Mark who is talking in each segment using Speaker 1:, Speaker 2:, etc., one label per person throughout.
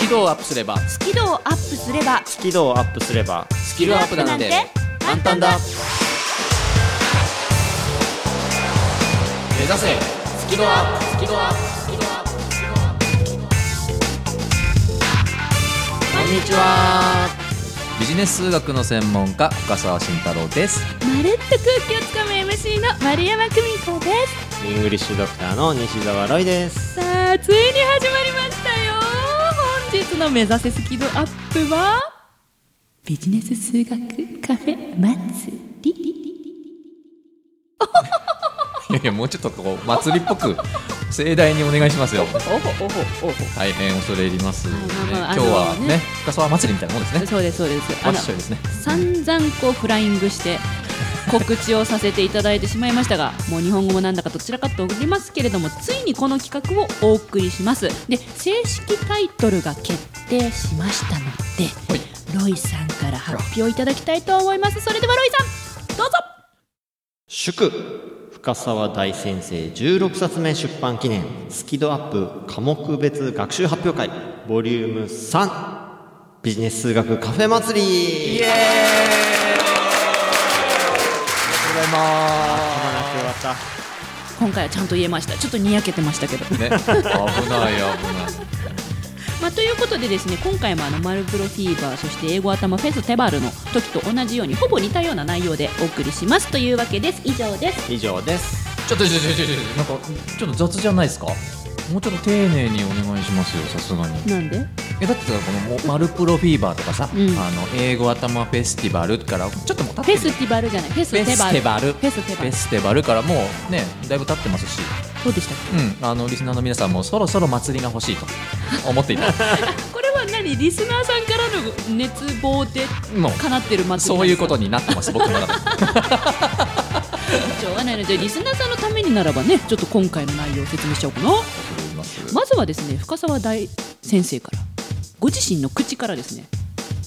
Speaker 1: キ度をアップすれば
Speaker 2: スキルをアップすれば
Speaker 3: スキルをアップすれば
Speaker 1: スキルアップなんて簡単だ目指せスキルアップスキルアップスキルアップこんにちはビジネス数学の専門家深澤慎太郎です
Speaker 2: まるっと空気をつかむ MC の丸山久美子です
Speaker 3: イングリッシュドクターの西澤ロイです
Speaker 2: さあついに始まりましたよ本日の目指せスキルアップはビジネス数学カフェ祭り
Speaker 1: いやいやもうちょっとこう祭りっぽく盛大にお願いしますよ
Speaker 2: おほおほおほ
Speaker 1: 大変恐れ入ります、ね
Speaker 2: まあまあ
Speaker 1: 今日は
Speaker 2: あの
Speaker 1: ね
Speaker 2: ね
Speaker 1: 深澤祭りみたいなもんですね
Speaker 2: そうですそうです
Speaker 1: ファ
Speaker 2: あ
Speaker 1: ッ
Speaker 2: の
Speaker 1: ションですね
Speaker 2: 散々こうフライングして告知をさせていただいてしまいましたがもう日本語もなんだかどちらかとおりますけれどもついにこの企画をお送りしますで正式タイトルが決定しましたので
Speaker 1: はい
Speaker 2: ロイさんから発表いただきたいと思いますそれではロイさんどうぞ
Speaker 3: 祝深沢大先生16冊目出版記念スキドアップ科目別学習発表会ボリューム3ビジネス数学カフェ祭りイエーイ
Speaker 1: ございま
Speaker 3: 終わった
Speaker 2: 今回はちゃんと言えましたちょっとにやけてましたけ ど
Speaker 1: すね危ない危ない
Speaker 2: まあ、ということでですね今回もあのマルプロフィーバーそして英語頭フェステバルの時と同じようにほぼ似たような内容でお送りしますというわけです以上です
Speaker 3: 以上です
Speaker 1: ちょっとちょっとちょっとなんかちょっと雑じゃないですかもうちょっと丁寧にお願いしますよさすがに
Speaker 2: なんで
Speaker 1: えだってさこのもマルプロフィーバーとかさ、
Speaker 2: うん
Speaker 1: あの英語頭フェスティバルからちょっともう経
Speaker 2: フ
Speaker 1: ってる
Speaker 2: ェスティバルじゃないフェス
Speaker 1: フ
Speaker 2: テ
Speaker 1: ェ
Speaker 2: バ
Speaker 1: ス
Speaker 2: ル
Speaker 1: ティバル
Speaker 2: フェステバル
Speaker 1: フェスティバルからもうねだいぶ経ってますし、
Speaker 2: そうでしたっけ
Speaker 1: うん、あのリスナーの皆さんもそろそろ祭りが欲しいと思ってい た
Speaker 2: これは何リスナーさんからの熱望で
Speaker 1: も
Speaker 2: かなってる祭りなん
Speaker 1: う
Speaker 2: ですか
Speaker 1: そういうことになってます僕の中で
Speaker 2: しょうがないのでリスナーさんのためにならばねちょっと今回の内容を説明しちゃおうかな まずはですね深沢大先生からご自身の口からですね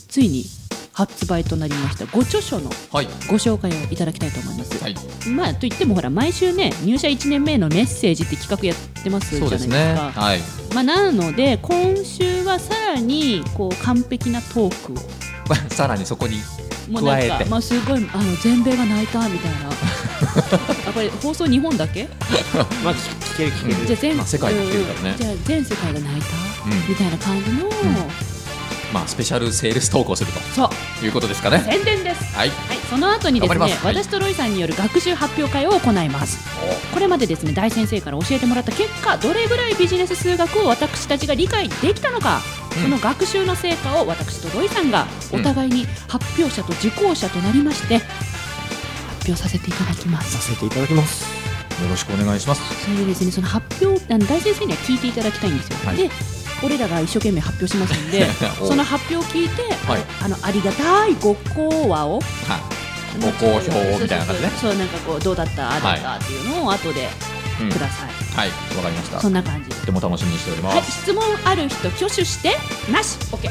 Speaker 2: ついに発売となりましたご著書の
Speaker 1: はい
Speaker 2: ご紹介をいただきたいと思います、
Speaker 1: はい
Speaker 2: まあといってもほら毎週ね入社1年目へのメッセージって企画やってますじ
Speaker 1: そ
Speaker 2: ゃ
Speaker 1: う
Speaker 2: な
Speaker 1: で
Speaker 2: いですす
Speaker 1: ね
Speaker 2: か
Speaker 1: はい
Speaker 2: まあ、なので今週はさらにこう完璧なトークを
Speaker 1: さらにそこに
Speaker 2: もうなん
Speaker 1: 加え
Speaker 2: か、
Speaker 1: て
Speaker 2: まあ、すごいあの全米が泣いたみ たいなやっぱり放送日本だけ
Speaker 3: まあ聞聞ける聞ける、
Speaker 2: じゃあ全、
Speaker 1: まあ世界が来てるからね
Speaker 2: うんじゃあ全世界が泣いた、
Speaker 1: うん
Speaker 2: みたいな感じの、
Speaker 1: まあスペシャルセールス投稿する
Speaker 2: そう
Speaker 1: ということですかね
Speaker 2: 宣伝です
Speaker 1: はい
Speaker 2: はい、その後にですね、
Speaker 1: 頑張りますはい
Speaker 2: 私とロイさんによる学習発表会を行いますこれまでですね大先生から教えてもらった結果どれぐらいビジネス数学を私たちが理解できたのか、
Speaker 1: うん
Speaker 2: その学習の成果を私とロイさんがお互いに発表者と受講者となりまして、発表させていただきます
Speaker 3: させていただきます
Speaker 1: よろしくお願いします
Speaker 2: それでですねその発表あの大先生には聞いていただきたいんですよ、
Speaker 1: はい
Speaker 2: で俺らが一生懸命発表しますんで
Speaker 1: お
Speaker 2: その発表を聞いて、
Speaker 1: はい
Speaker 2: あのありがたいご講話を
Speaker 1: はいご好評みたいな感じね
Speaker 2: そうそうそうそうなんかこうどうだったああだったっていうのを後で
Speaker 1: うん
Speaker 2: ください、
Speaker 1: はいわかりました
Speaker 2: そん
Speaker 1: と
Speaker 2: な感じです
Speaker 1: ても楽しみにしておりま
Speaker 2: はい、
Speaker 1: す、
Speaker 2: 質問ある人挙手してなし OK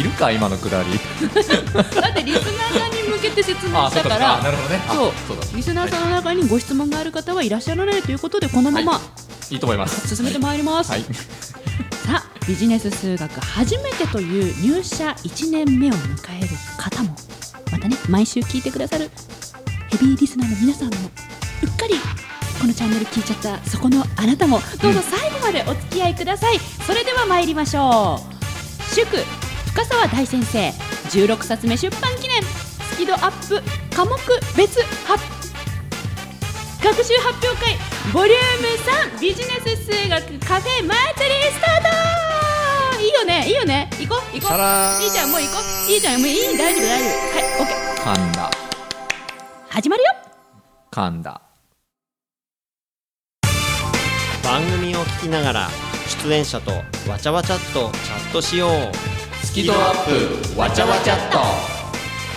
Speaker 1: い、るか今のくだり
Speaker 2: だってリスナーさんに向けて説明したか
Speaker 1: あな
Speaker 2: ら
Speaker 1: るほどねあ
Speaker 2: そう
Speaker 1: そうだ
Speaker 2: リスナーさんの中にご質問がある方はいらっしゃらないということでこのまま
Speaker 1: いいと思います
Speaker 2: 進めてまいります、
Speaker 1: はい
Speaker 2: さあビジネス数学初めてという入社1年目を迎える方もまたね毎週聞いてくださるヘビーリスナーの皆さんもうっかりこのチャンネル聞いちゃったそこのあなたもどうぞ最後までお付き合いください、それでは参りましょう祝深沢大先生16冊目出版記念スキドアップ科目別発学習発表会ボリューム3ビジネス数学カフェ祭りスタートいいよねいいよね行こう行こ
Speaker 3: さら
Speaker 2: う
Speaker 3: ー
Speaker 2: いいじゃんもう行こういいじゃんもういい大丈夫大丈夫はい OK
Speaker 1: 噛んだ
Speaker 2: 始まるよ
Speaker 1: 噛んだ
Speaker 3: 番組を聞きながら出演者とわちゃわちゃっとチャットしよう
Speaker 1: スキドアップわちゃわちゃっと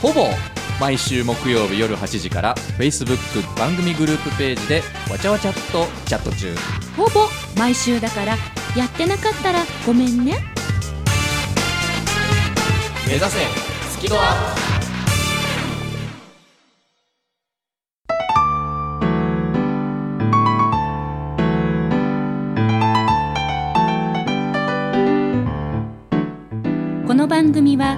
Speaker 1: ほぼ毎週木曜日夜8時から Facebook 番組グループページでわちゃわちゃっとチャット中
Speaker 2: ほぼ毎週だからやってなかったらごめんね
Speaker 1: 目指せスキドアップ
Speaker 2: の番組は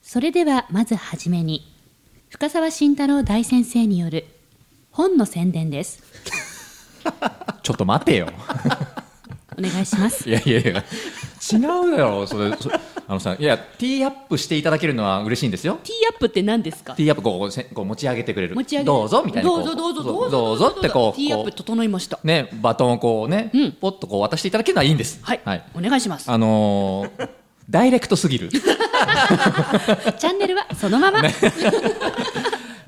Speaker 2: それではまずはじめに深沢慎太郎大先生による本の宣伝です
Speaker 1: ちょっと待てよ
Speaker 2: お願いします
Speaker 1: いやいやいや違うだろそれそれあのさいやティーアップしていただけるのは嬉しいんですよ
Speaker 2: T アップって何ですか
Speaker 1: ティーアップこうせこう持ち上げてくれる
Speaker 2: 持ち上げ
Speaker 1: どうぞみたいな
Speaker 2: ど
Speaker 1: こ
Speaker 2: うぞどうぞどうぞ
Speaker 1: どうぞってこう
Speaker 2: T アッ
Speaker 1: こ
Speaker 2: プ
Speaker 1: う
Speaker 2: 整いました
Speaker 1: ね、バトンをこうね、
Speaker 2: うん
Speaker 1: ポッとこう渡していただけるのはいいんです。
Speaker 2: はい、お願いします
Speaker 1: あのー ダイレクトすぎる、
Speaker 2: チャンネルはそのまま、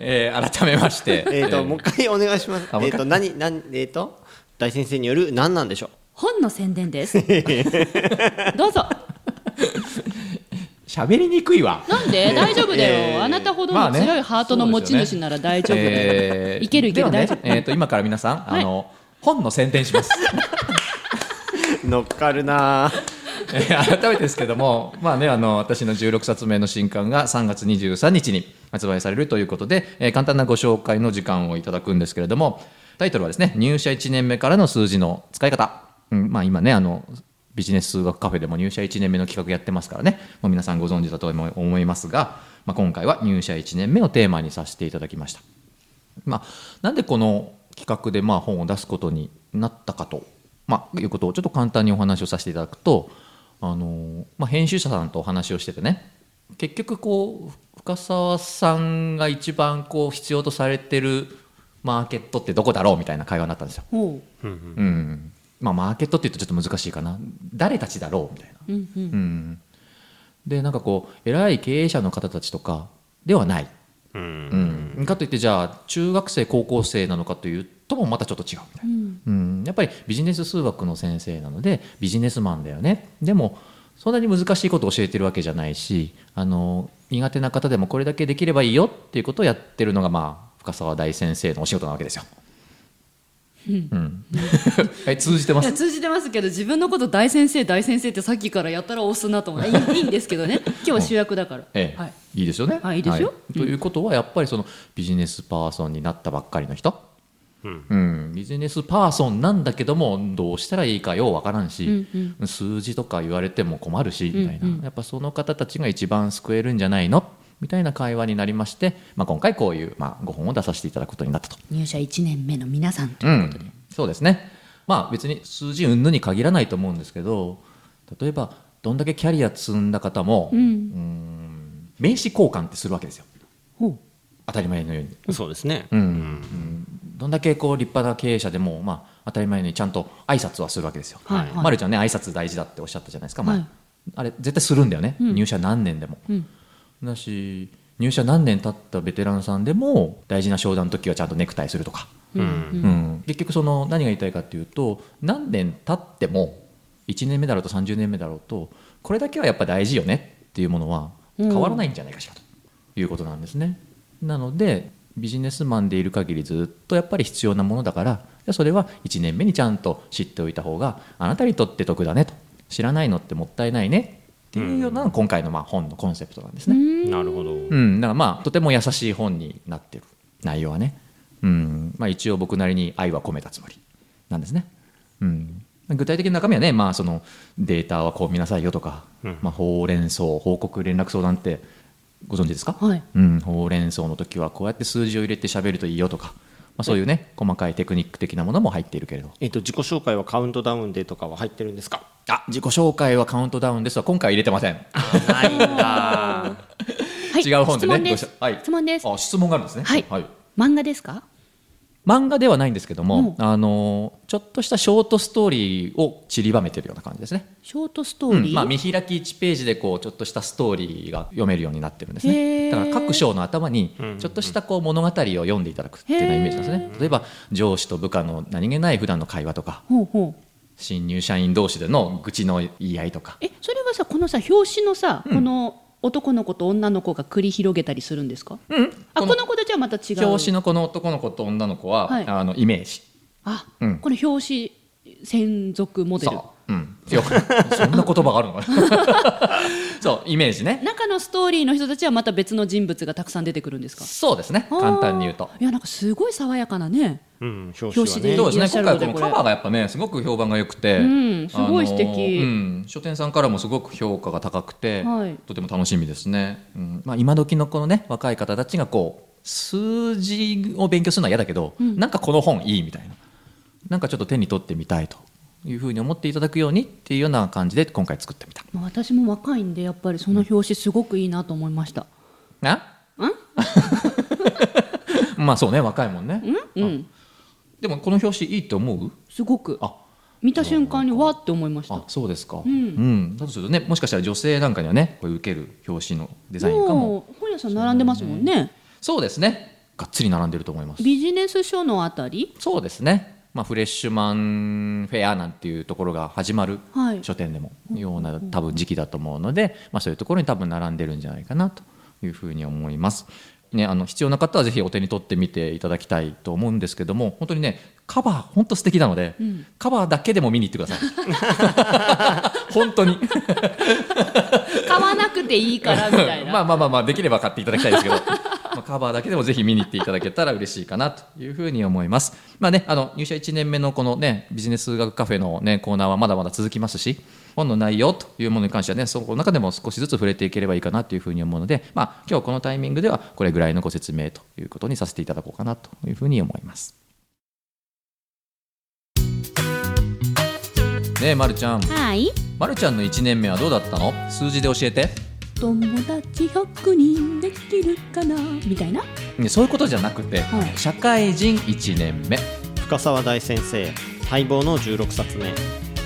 Speaker 1: えー改めまして。
Speaker 3: えっ、
Speaker 1: え
Speaker 3: と、
Speaker 1: ー
Speaker 3: もう一回お願いします。
Speaker 1: あもう
Speaker 3: え
Speaker 1: 一回
Speaker 3: っ、と、何、何、えっ、と、大先生による何なんでしょう
Speaker 2: 本の宣 伝ですどうぞ
Speaker 1: 喋りにくいわ。
Speaker 2: なんで大丈夫だよ、
Speaker 1: えー
Speaker 2: あなたほどの強いハートの持 ち主なら大丈夫だよ,、
Speaker 1: えー
Speaker 2: いけるいける
Speaker 1: では
Speaker 2: 大丈夫
Speaker 1: ね、えっ、と、今から皆さん、
Speaker 2: い
Speaker 1: あの、本の宣伝します。
Speaker 3: 乗っかるなぁ
Speaker 1: えー改めてですけども、まあね、あの、私の16冊目の新刊が3月23日に発売されるということで、えー簡単なご紹介の時間をいただくんですけれども、タイトルはですね、入社1年目からの数字の使い方。うん、まあ今ね、あの、ビジネス数学カフェでも入社1年目の企画やってますからね、もう皆さんご存知だと思い思いますが、まあ、今回は入社1年目をテーマにさせていただきました。まあ、なんでこの企画でまあ本を出すことになったかと、まあ、いうことをちょっと簡単にお話をさせていただくと、あのーまあ、編集者さんとお話をしててね結局こう深澤さんが一番こう必要とされてるマーケットってどこだろうみたいな会話になったんですよ。
Speaker 2: ほう
Speaker 1: うんまあ、マーケットっていうとちょっと難しいかな誰たちだろうみたいな。
Speaker 2: うんうん
Speaker 1: うん、でなんかこう偉い経営者の方たちとかではない。うん、かといってじゃあ中学生高校生なのかというともまたちょっと違うみたいな、うんやっぱりビジネス数学の先生なのでビジネスマンだよねでもそんなに難しいことを教えてるわけじゃないしあの苦手な方でもこれだけできればいいよっていうことをやってるのが、まあ、深澤大先生のお仕事なわけですよ。うん、 え通じてま
Speaker 4: いや
Speaker 1: す
Speaker 4: 通じてますけど自分のこと大先生大先生ってさっきからやったら押すなと思って いいいいんですけどね今日は主役だから、
Speaker 1: ええ
Speaker 4: はい、
Speaker 1: い、いですよね。
Speaker 4: はいいいですよ
Speaker 1: ということはやっぱりそのビジネスパーソンになったばっかりの人、うんビジネスパーソンなんだけどもどうしたらいいかようわからんし、数字とか言われても困るしみたいな、やっぱその方たちが一番救えるんじゃないのみたいな会話になりまして、まあ、今回こういう、まあ、5本を出させていただくことになったと。
Speaker 4: 入社1年目の皆さんと
Speaker 1: うん、そうですねまあ別に数字云々に限らないと思うんですけど例えばどんだけキャリア積んだ方も、うーん名刺交換ってするわけですよ当たり前のように、
Speaker 3: そうですね。
Speaker 1: うんどんだけこう立派な経営者でも、まあ、当たり前のようにちゃんと挨拶はするわけですよ、
Speaker 4: はいはい
Speaker 1: まるちゃんね挨拶大事だっておっしゃったじゃないですか、前
Speaker 4: はい
Speaker 1: あれ絶対するんだよね、入社何年でも、だし入社何年経ったベテランさんでも大事な商談の時はちゃんとネクタイするとか、
Speaker 3: うん。
Speaker 1: うん、結局その何が言いたいかっていうと何年経っても1年目だろうと30年目だろうとこれだけはやっぱ大事よねっていうものは変わらないんじゃないかしらということなんですね。なのでビジネスマンでいる限りずっとやっぱり必要なものだからじゃあそれは1年目にちゃんと知っておいた方があなたにとって得だねと知らないのってもったいないねっていうような今回のまあ本のコンセプトなんですね。
Speaker 3: なるほど。
Speaker 1: うん、だからまあとても優しい本になってる内容はね、うんまあ、一応僕なりに愛は込めたつもりなんですね、うん、具体的な中身はね、まあ、そのデータはこう見なさいよとか、
Speaker 3: うん
Speaker 1: まあ、ほうれん草報告連絡相談ってご存知ですか、
Speaker 4: はい
Speaker 1: うん、ほうれん草の時はこうやって数字を入れて喋るといいよとかまあ、そういうね細かいテクニック的なものも入っているけれど
Speaker 3: えっと自己紹介はカウントダウンでとかは入ってるんですか
Speaker 1: あ自己紹介はカウントダウンですは今回入れてません
Speaker 3: ないんだ
Speaker 2: はい、
Speaker 1: 違う本でねご
Speaker 2: 質問です
Speaker 1: めんなさい。はい
Speaker 2: 質問です。
Speaker 1: あ質問があるんですね
Speaker 2: はい
Speaker 1: はい、
Speaker 2: 漫画ですか？
Speaker 1: 漫画ではないんですけども、あのちょっとしたショートストーリーを散りばめてるような感じですね、
Speaker 2: ショートスト
Speaker 1: う
Speaker 2: ーリー。
Speaker 1: んまあ、見開き1ページでこうちょっとしたストーリーが読めるようになってるんですね
Speaker 2: へー
Speaker 1: だから各章の頭にちょっとしたこう物語を読んでいただくっていうようなイメージなんですね例えば上司と部下の何気ない普段の会話とか
Speaker 2: ほうほう。
Speaker 1: 新入社員同士での愚痴の言い合いとか
Speaker 2: え、それはさ、このさ、表紙のさ、この男の子と女の子が繰り広げたりするんですか？あ、
Speaker 1: こ
Speaker 2: こ
Speaker 1: の
Speaker 2: の子たちはまた違う。
Speaker 1: 表紙のこの男の子と女の子は、
Speaker 2: はい
Speaker 1: あのイメージ
Speaker 2: あ、
Speaker 1: うん
Speaker 2: これ表紙専属モデル。
Speaker 1: そう、うん、よくそんな言葉があるのか なそうイメージね
Speaker 2: 中のストーリーの人たちはまた別の人物がたくさん出てくるんですか？
Speaker 1: そうですね簡単に言うと
Speaker 2: あーいやなんかすごい爽やかなね。
Speaker 3: うん表紙は
Speaker 2: 表紙
Speaker 3: ね
Speaker 2: で
Speaker 1: そうですね今
Speaker 2: いらっしゃるの
Speaker 1: 回
Speaker 2: で
Speaker 1: このカバーがやっぱねすごく評判が良くて、
Speaker 2: うんすごい素敵
Speaker 1: あのうん、書店さんからもすごく評価が高くて、
Speaker 2: はい
Speaker 1: とても楽しみですね、うんまあ、今時のこのね若い方たちがこう数字を勉強するのは嫌だけど、なんかこの本いいみたいななんかちょっと手に取ってみたいというふうに思っていただくようにっていうような感じで今回作ってみた
Speaker 2: まあ私も若いんでやっぱりその表紙すごくいいなと思いました。
Speaker 1: な
Speaker 2: ん？
Speaker 1: まあそうね若いもんね
Speaker 2: うん、
Speaker 1: でもこの表紙いいって思う
Speaker 2: すごく
Speaker 1: あ
Speaker 2: 見た瞬間にわーって思いました
Speaker 1: あ。そうですか、うんだとするとねもしかしたら女性なんかにはねこれ受ける表紙のデザインかも
Speaker 2: もう本屋さん並んでますもんね。
Speaker 1: そうですねがっつり並んでると思います
Speaker 2: ビジネス書のあたり、
Speaker 1: そうですね、まあ、フレッシュマンフェアなんていうところが始まる
Speaker 2: はい
Speaker 1: 書店でもような多分時期だと思うので、まあ、そういうところに多分並んでるんじゃないかなというふうに思います。ね、あの必要な方はぜひお手に取ってみていただきたいと思うんですけども本当にねカバー本当素敵なので、カバーだけでも見に行ってください 本当に
Speaker 2: 買わなくていいからみたい な。
Speaker 1: まあまあまあまあできれば買っていただきたいですけど まあカバーだけでもぜひ見に行っていただけたら嬉しいかなというふうに思いますまあねあの入社1年目のこのねビジネス数学カフェのねコーナーはまだまだ続きますし本の内容というものに関してはねそこの中でも少しずつ触れていければいいかなというふうに思うのでまあ今日このタイミングではこれぐらいのご説明ということにさせていただこうかなというふうに思いますねえ、ま、るちゃん、
Speaker 2: はい。
Speaker 1: ま、るちゃんの1年目はどうだったの数字で教えて
Speaker 2: 友達100人できるかなみたいな。
Speaker 1: ねそういうことじゃなくて、
Speaker 2: はい
Speaker 1: 社会人1年目
Speaker 3: 深沢大先生待望の16冊目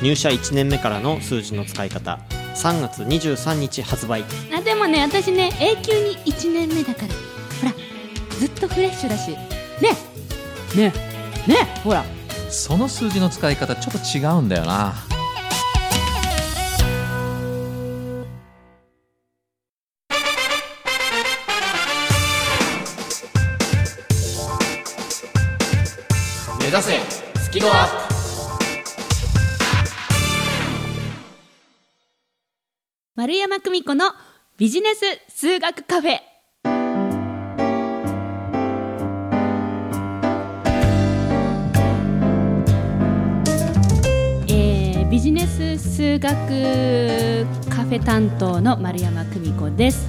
Speaker 3: 入社1年目からの数字の使い方3月23日発売
Speaker 2: あでもね私ね永久に1年目だから。ほらずっとフレッシュだし。ねねねほら。
Speaker 1: その数字の使い方ちょっと違うんだよな目指せスキルアップ
Speaker 2: 丸山久美子のビジネス数学カフェえービジネス数学カフェ担当の丸山久美子です、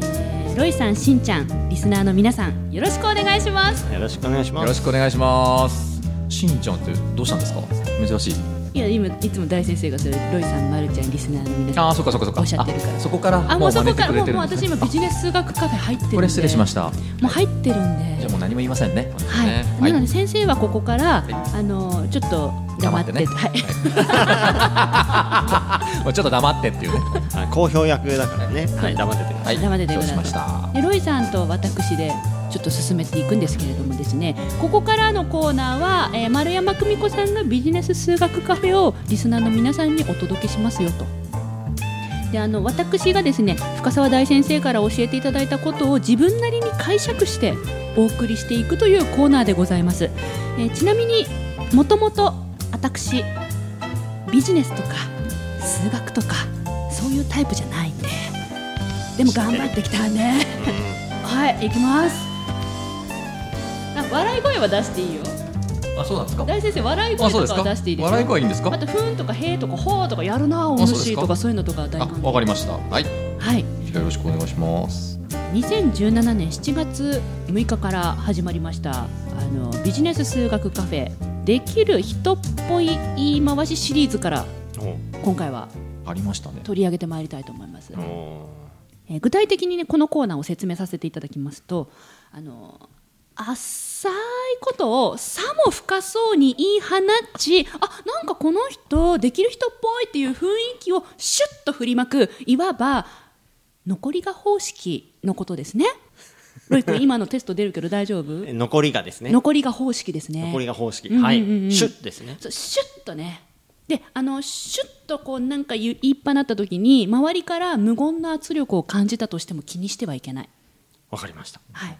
Speaker 2: えーロイさんしんちゃんリスナーの皆さんよろしくお願いします
Speaker 3: よろしくお願いし
Speaker 1: よ
Speaker 3: ま
Speaker 1: ろ
Speaker 3: す
Speaker 1: しくお願いしますしんちゃんってどうしたんですか珍しい
Speaker 2: いや今いつも大先生がそれロイさんまるちゃんリスナーの皆さん
Speaker 1: ああそっかそっかそっか
Speaker 2: おっしゃってるから
Speaker 1: あそこから
Speaker 2: あ
Speaker 1: も
Speaker 2: も
Speaker 1: う
Speaker 2: うそ
Speaker 1: 真
Speaker 2: こ
Speaker 1: 似て
Speaker 2: から
Speaker 1: くれ
Speaker 2: も
Speaker 1: てる
Speaker 2: うもうん
Speaker 1: です
Speaker 2: 私
Speaker 1: ね
Speaker 2: 今ビジネス数学カフェ入ってるんで
Speaker 1: これ失礼しました
Speaker 2: もう入ってるんで
Speaker 1: じゃあもう何も言いませんね
Speaker 2: はい、
Speaker 1: は
Speaker 2: なの
Speaker 1: い
Speaker 2: で先生はここから、
Speaker 1: い
Speaker 2: あのちょっと黙っ
Speaker 1: 黙って
Speaker 2: て
Speaker 1: ね
Speaker 2: はい、
Speaker 1: もうちょっと黙ってって いうね
Speaker 3: あ好評役だからね、
Speaker 2: は
Speaker 3: はいい、黙っててください
Speaker 1: はい
Speaker 2: 生で出る
Speaker 1: 承知しました
Speaker 2: でロイさんと私でちょっと進めていくんですけれどもですねここからのコーナーは、えー丸山久美子さんのビジネス数学カフェをリスナーの皆さんにお届けしますよと。であの私がですね深澤大先生から教えていただいたことを自分なりに解釈してお送りしていくというコーナーでございます、えーちなみにもともと私ビジネスとか数学とかそういうタイプじゃないんででも頑張ってきたんではい行きますあ笑い声は出していいよ
Speaker 1: あそうなんですか
Speaker 2: 大先生笑い
Speaker 1: あ
Speaker 2: 声
Speaker 1: そう
Speaker 2: と
Speaker 1: です
Speaker 2: か
Speaker 1: か
Speaker 2: は出していいですよ
Speaker 1: 笑い声いいんですか
Speaker 2: あと「ふーん」とか「へー」とか「ほー」とかやるなお
Speaker 1: あそうです
Speaker 2: 主
Speaker 1: か
Speaker 2: とかそういうのとかは大
Speaker 1: あ
Speaker 2: 歓迎
Speaker 1: わかりましたはい
Speaker 2: はい
Speaker 1: じゃあよろしくお願いします
Speaker 2: 2017年7月6日から始まりましたあのビジネス数学カフェできる人っぽい言い回しシリーズから今回は
Speaker 1: ありましたね
Speaker 2: 取り上げてまいりたいと思います
Speaker 3: お。お
Speaker 2: えー具体的にねこのコーナーを説明させていただきますとあの浅いことをさも深そうに言い放ちあなんかこの人できる人っぽいっていう雰囲気をシュッと振りまくいわば残りが方式のことですね。ロイ 君今のテスト出るけど大丈夫
Speaker 3: え残りがですね
Speaker 2: 残りが方式ですね。
Speaker 3: 残りが方式、
Speaker 2: うんうんうん
Speaker 3: はい
Speaker 2: うん
Speaker 3: シュッですね
Speaker 2: そうシュッとねであのシュッとこうなんか言い言いっぱなった時に周りから無言の圧力を感じたとしても気にしてはいけない、
Speaker 3: わかりました
Speaker 2: はい、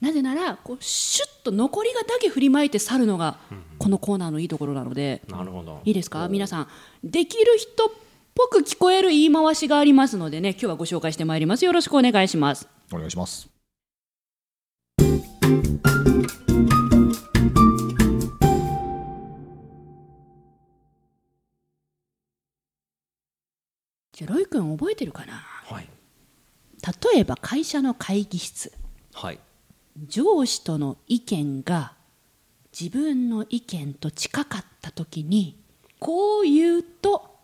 Speaker 2: なぜならこうシュッと残りがだけ振りまいて去るのがこのコーナーのいいところなので
Speaker 3: なるほど
Speaker 2: いいですか皆さんできる人っぽく聞こえる言い回しがありますのでね今日はご紹介してまいりますよろしくお願いします
Speaker 1: お願いします
Speaker 2: じゃあロイ君覚えてるかな
Speaker 3: はい
Speaker 2: 例えば会社の会議室
Speaker 3: はい
Speaker 2: 上司との意見が自分の意見と近かった時にこう言うと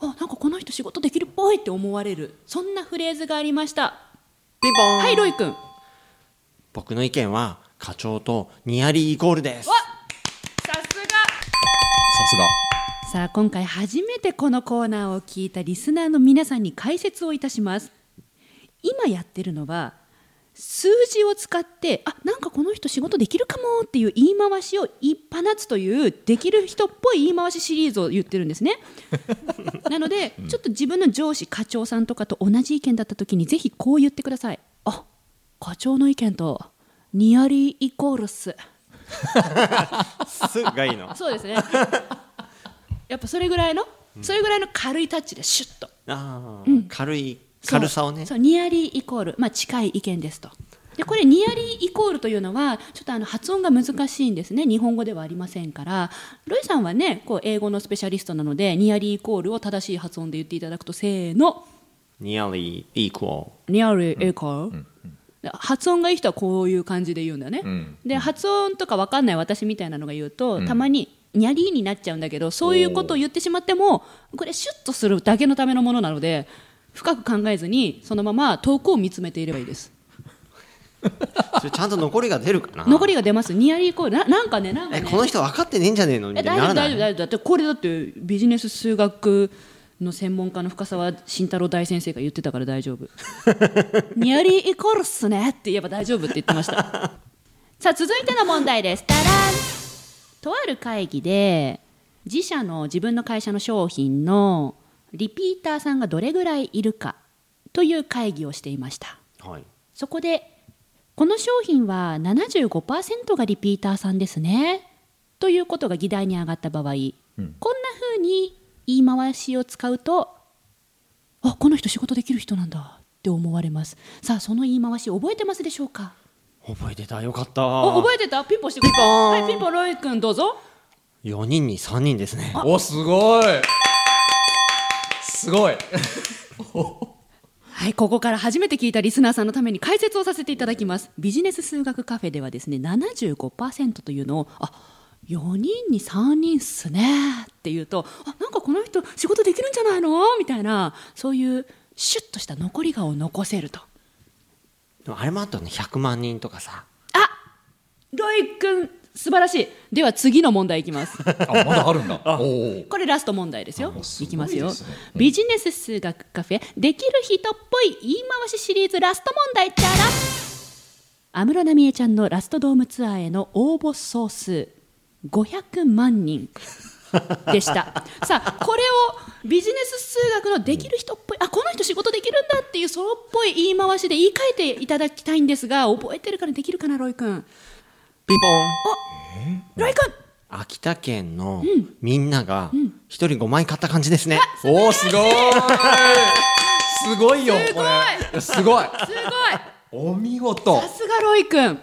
Speaker 2: あなんかこの人仕事できるっぽいって思われるそんなフレーズがありました
Speaker 3: ピンポーン
Speaker 2: はいロイ君
Speaker 3: 僕の意見は課長とニアリーイコールです
Speaker 1: さすが
Speaker 2: さあ今回初めてこのコーナーを聞いたリスナーの皆さんに解説をいたします今やってるのは数字を使ってあなんかこの人仕事できるかもっていう言い回しを一放つというできる人っぽい言い回しシリーズを言ってるんですねなので、ちょっと自分の上司課長さんとかと同じ意見だった時にぜひこう言ってくださいあ課長の意見とニアリーイコールっす
Speaker 3: すがいいの
Speaker 2: そうですね。 やっぱそれぐらいの、それぐらいの軽いタッチでシュッと。
Speaker 3: あー、軽い軽さをね
Speaker 2: そうそうニアリーイコール、まあ近い意見ですと。でこれニアリーイコールというのはちょっとあの発音が難しいんですね日本語ではありませんからロイさんはねこう英語のスペシャリストなのでニアリーイコールを正しい発音で言っていただくとせーの
Speaker 3: ニアリーイコ
Speaker 2: ニアリーイコールで発音がいい人はこういう感じで言うんだね、
Speaker 1: ん
Speaker 2: で発音とかわかんない私みたいなのが言うと、たまにニャリーになっちゃうんだけどそういうことを言ってしまってもこれシュッとするだけのためのものなので深く考えずにそのまま遠くを見つめていればいいです
Speaker 3: ールそれちゃんと残りが出るかな
Speaker 2: 残りが出ますニアリーイコールななんかねなんか
Speaker 3: え
Speaker 2: ね
Speaker 3: この人分かってねえんじゃねえのみた
Speaker 2: え
Speaker 3: いに
Speaker 2: 大丈夫
Speaker 3: ならな
Speaker 2: 大
Speaker 3: い
Speaker 2: 丈夫大丈夫だってこれだってビジネス数学の専門家の深沢慎太郎大先生が言ってたから大丈夫 ニアリーイコールっすねって言えば大丈夫って言ってました さあ続いての問題ですたらんとある会議で自社の自分の会社の商品のリピーターさんがどれぐらいいるかという会議をしていました
Speaker 3: はい
Speaker 2: そこでこの商品は75%がリピーターさんですねということが議題に上がった場合、こんな風に言い回しを使うとあこの人仕事できる人なんだって思われますさあその言い回し覚えてますでしょうか
Speaker 3: 覚えてたよかった
Speaker 2: お覚えてたピンポンしてくれた
Speaker 3: ピンポーン
Speaker 2: はいピンポンロイ君どうぞ
Speaker 3: 4人に3人ですね
Speaker 1: おすごいすごい
Speaker 2: はい、ここから初めて聞いたリスナーさんのために解説をさせていただきます。ビジネス数学カフェではですね、75%というのを、あ、4人に3人っすねっていうと、あ、なんかこの人仕事できるんじゃないのみたいな、そういうシュッとした残り顔を残せると。
Speaker 3: でもあれもあったよね100万人とかさ
Speaker 2: ロイ君、素晴らしい。では次の問題いきます。
Speaker 1: あまだあるんだおお
Speaker 2: これラスト問題ですよ。
Speaker 1: あすごい
Speaker 2: いきますよ
Speaker 1: ですねうん
Speaker 2: ビジネス数学カフェ、できる人っぽい言い回しシリーズラスト問題チャラ安室奈美恵ちゃんのラストドームツアーへの応募総数500万人 でした。さあ、これをビジネス数学のできる人っぽい、あ、この人仕事できるんだっていうそのっぽい言い回しで言い換えていただきたいんですが、覚えてるからできるかな、ロイ君。
Speaker 3: ピンポーン
Speaker 2: ロイ君
Speaker 3: 秋田県のみんなが1人5枚買った感じですね、
Speaker 1: おーすごいすごいよ
Speaker 2: す
Speaker 1: こ
Speaker 2: ごい
Speaker 1: れすごい
Speaker 2: すごい
Speaker 1: お見事
Speaker 2: さすがロイ君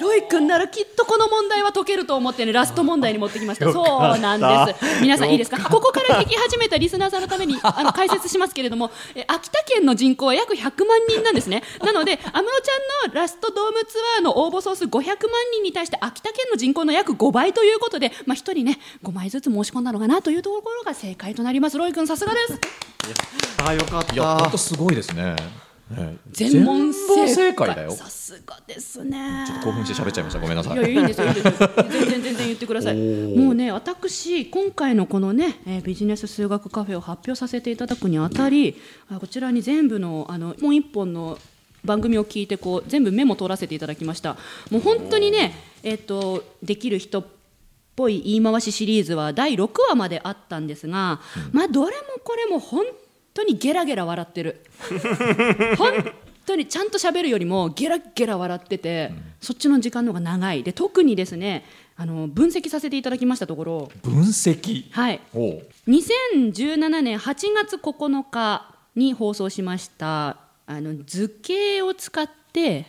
Speaker 2: ロイ君ならきっとこの問題は解けると思ってねラスト問題に持ってきました
Speaker 3: よかった
Speaker 2: そうなんです皆さんいいですかここから聞き始めたリスナーさんのためにあの解説しますけれどもえ秋田県の人口は約100万人なんですねなので安室ちゃんのラストドームツアーの応募総数500万人に対して秋田県の人口の約5倍ということで、まあ、1人ね5枚ずつ申し込んだのかなというところが正解となりますロイ君さすがです
Speaker 3: あーよかった
Speaker 1: いや、本当すごいですね。ね
Speaker 2: 全問
Speaker 1: 全問
Speaker 2: 正
Speaker 1: 正
Speaker 2: 解
Speaker 1: 解だよ。
Speaker 2: さすがですね
Speaker 1: 興奮して喋っちゃいました。ごめんなさ
Speaker 2: いや
Speaker 1: い。
Speaker 2: いいんですよいいんですよ 全然全然言ってくださいもうね私今回のこのね、えービジネス数学カフェを発表させていただくにあたりあこちらに全部のあのもう一本の番組を聞いてこう全部メモ取らせていただきましたもう本当にねえっ、とできる人っぽい言い回しシリーズは第6話まであったんですが、まあどれもこれも本当にゲラゲラ笑ってる本当にちゃんと喋るよりもゲラゲラ笑ってて、そっちの時間の方が長いで特にですねあの分析させていただきましたところ
Speaker 1: 分析。
Speaker 2: はい
Speaker 1: おう
Speaker 2: 2017年8月9日に放送しましたあの図形を使って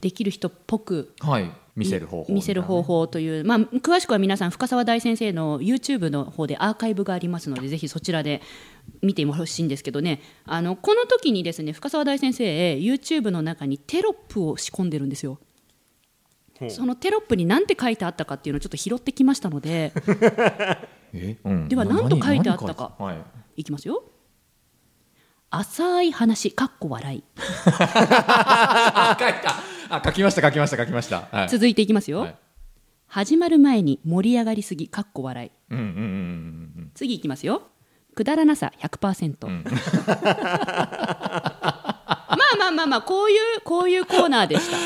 Speaker 2: できる人っぽく
Speaker 1: はい。見せる方法。
Speaker 2: 見せる方法という、まあ、詳しくは皆さん深澤大先生の YouTube の方でアーカイブがありますのでぜひそちらで見てほしいんですけどねあのこの時にですね深澤大先生 YouTube の中にテロップを仕込んでるんですよ。そのテロップに何て書いてあったかっていうのをちょっと拾ってきましたの で
Speaker 1: え、うん
Speaker 2: では
Speaker 1: な
Speaker 2: 何と書いてあったか
Speaker 1: 何何書いて
Speaker 2: いきますよ。浅い話かっこ笑い
Speaker 1: はい。あ、書いた。あ、書きました。書きました。書きました。はい。
Speaker 2: 続いていきますよ、
Speaker 1: はい
Speaker 2: 始まる前に盛り上がりすぎかっこ笑い
Speaker 1: うんうんうんうん
Speaker 2: 次いきますよくだらなさ100%、まあまあまあまあこういうこういうコーナーでした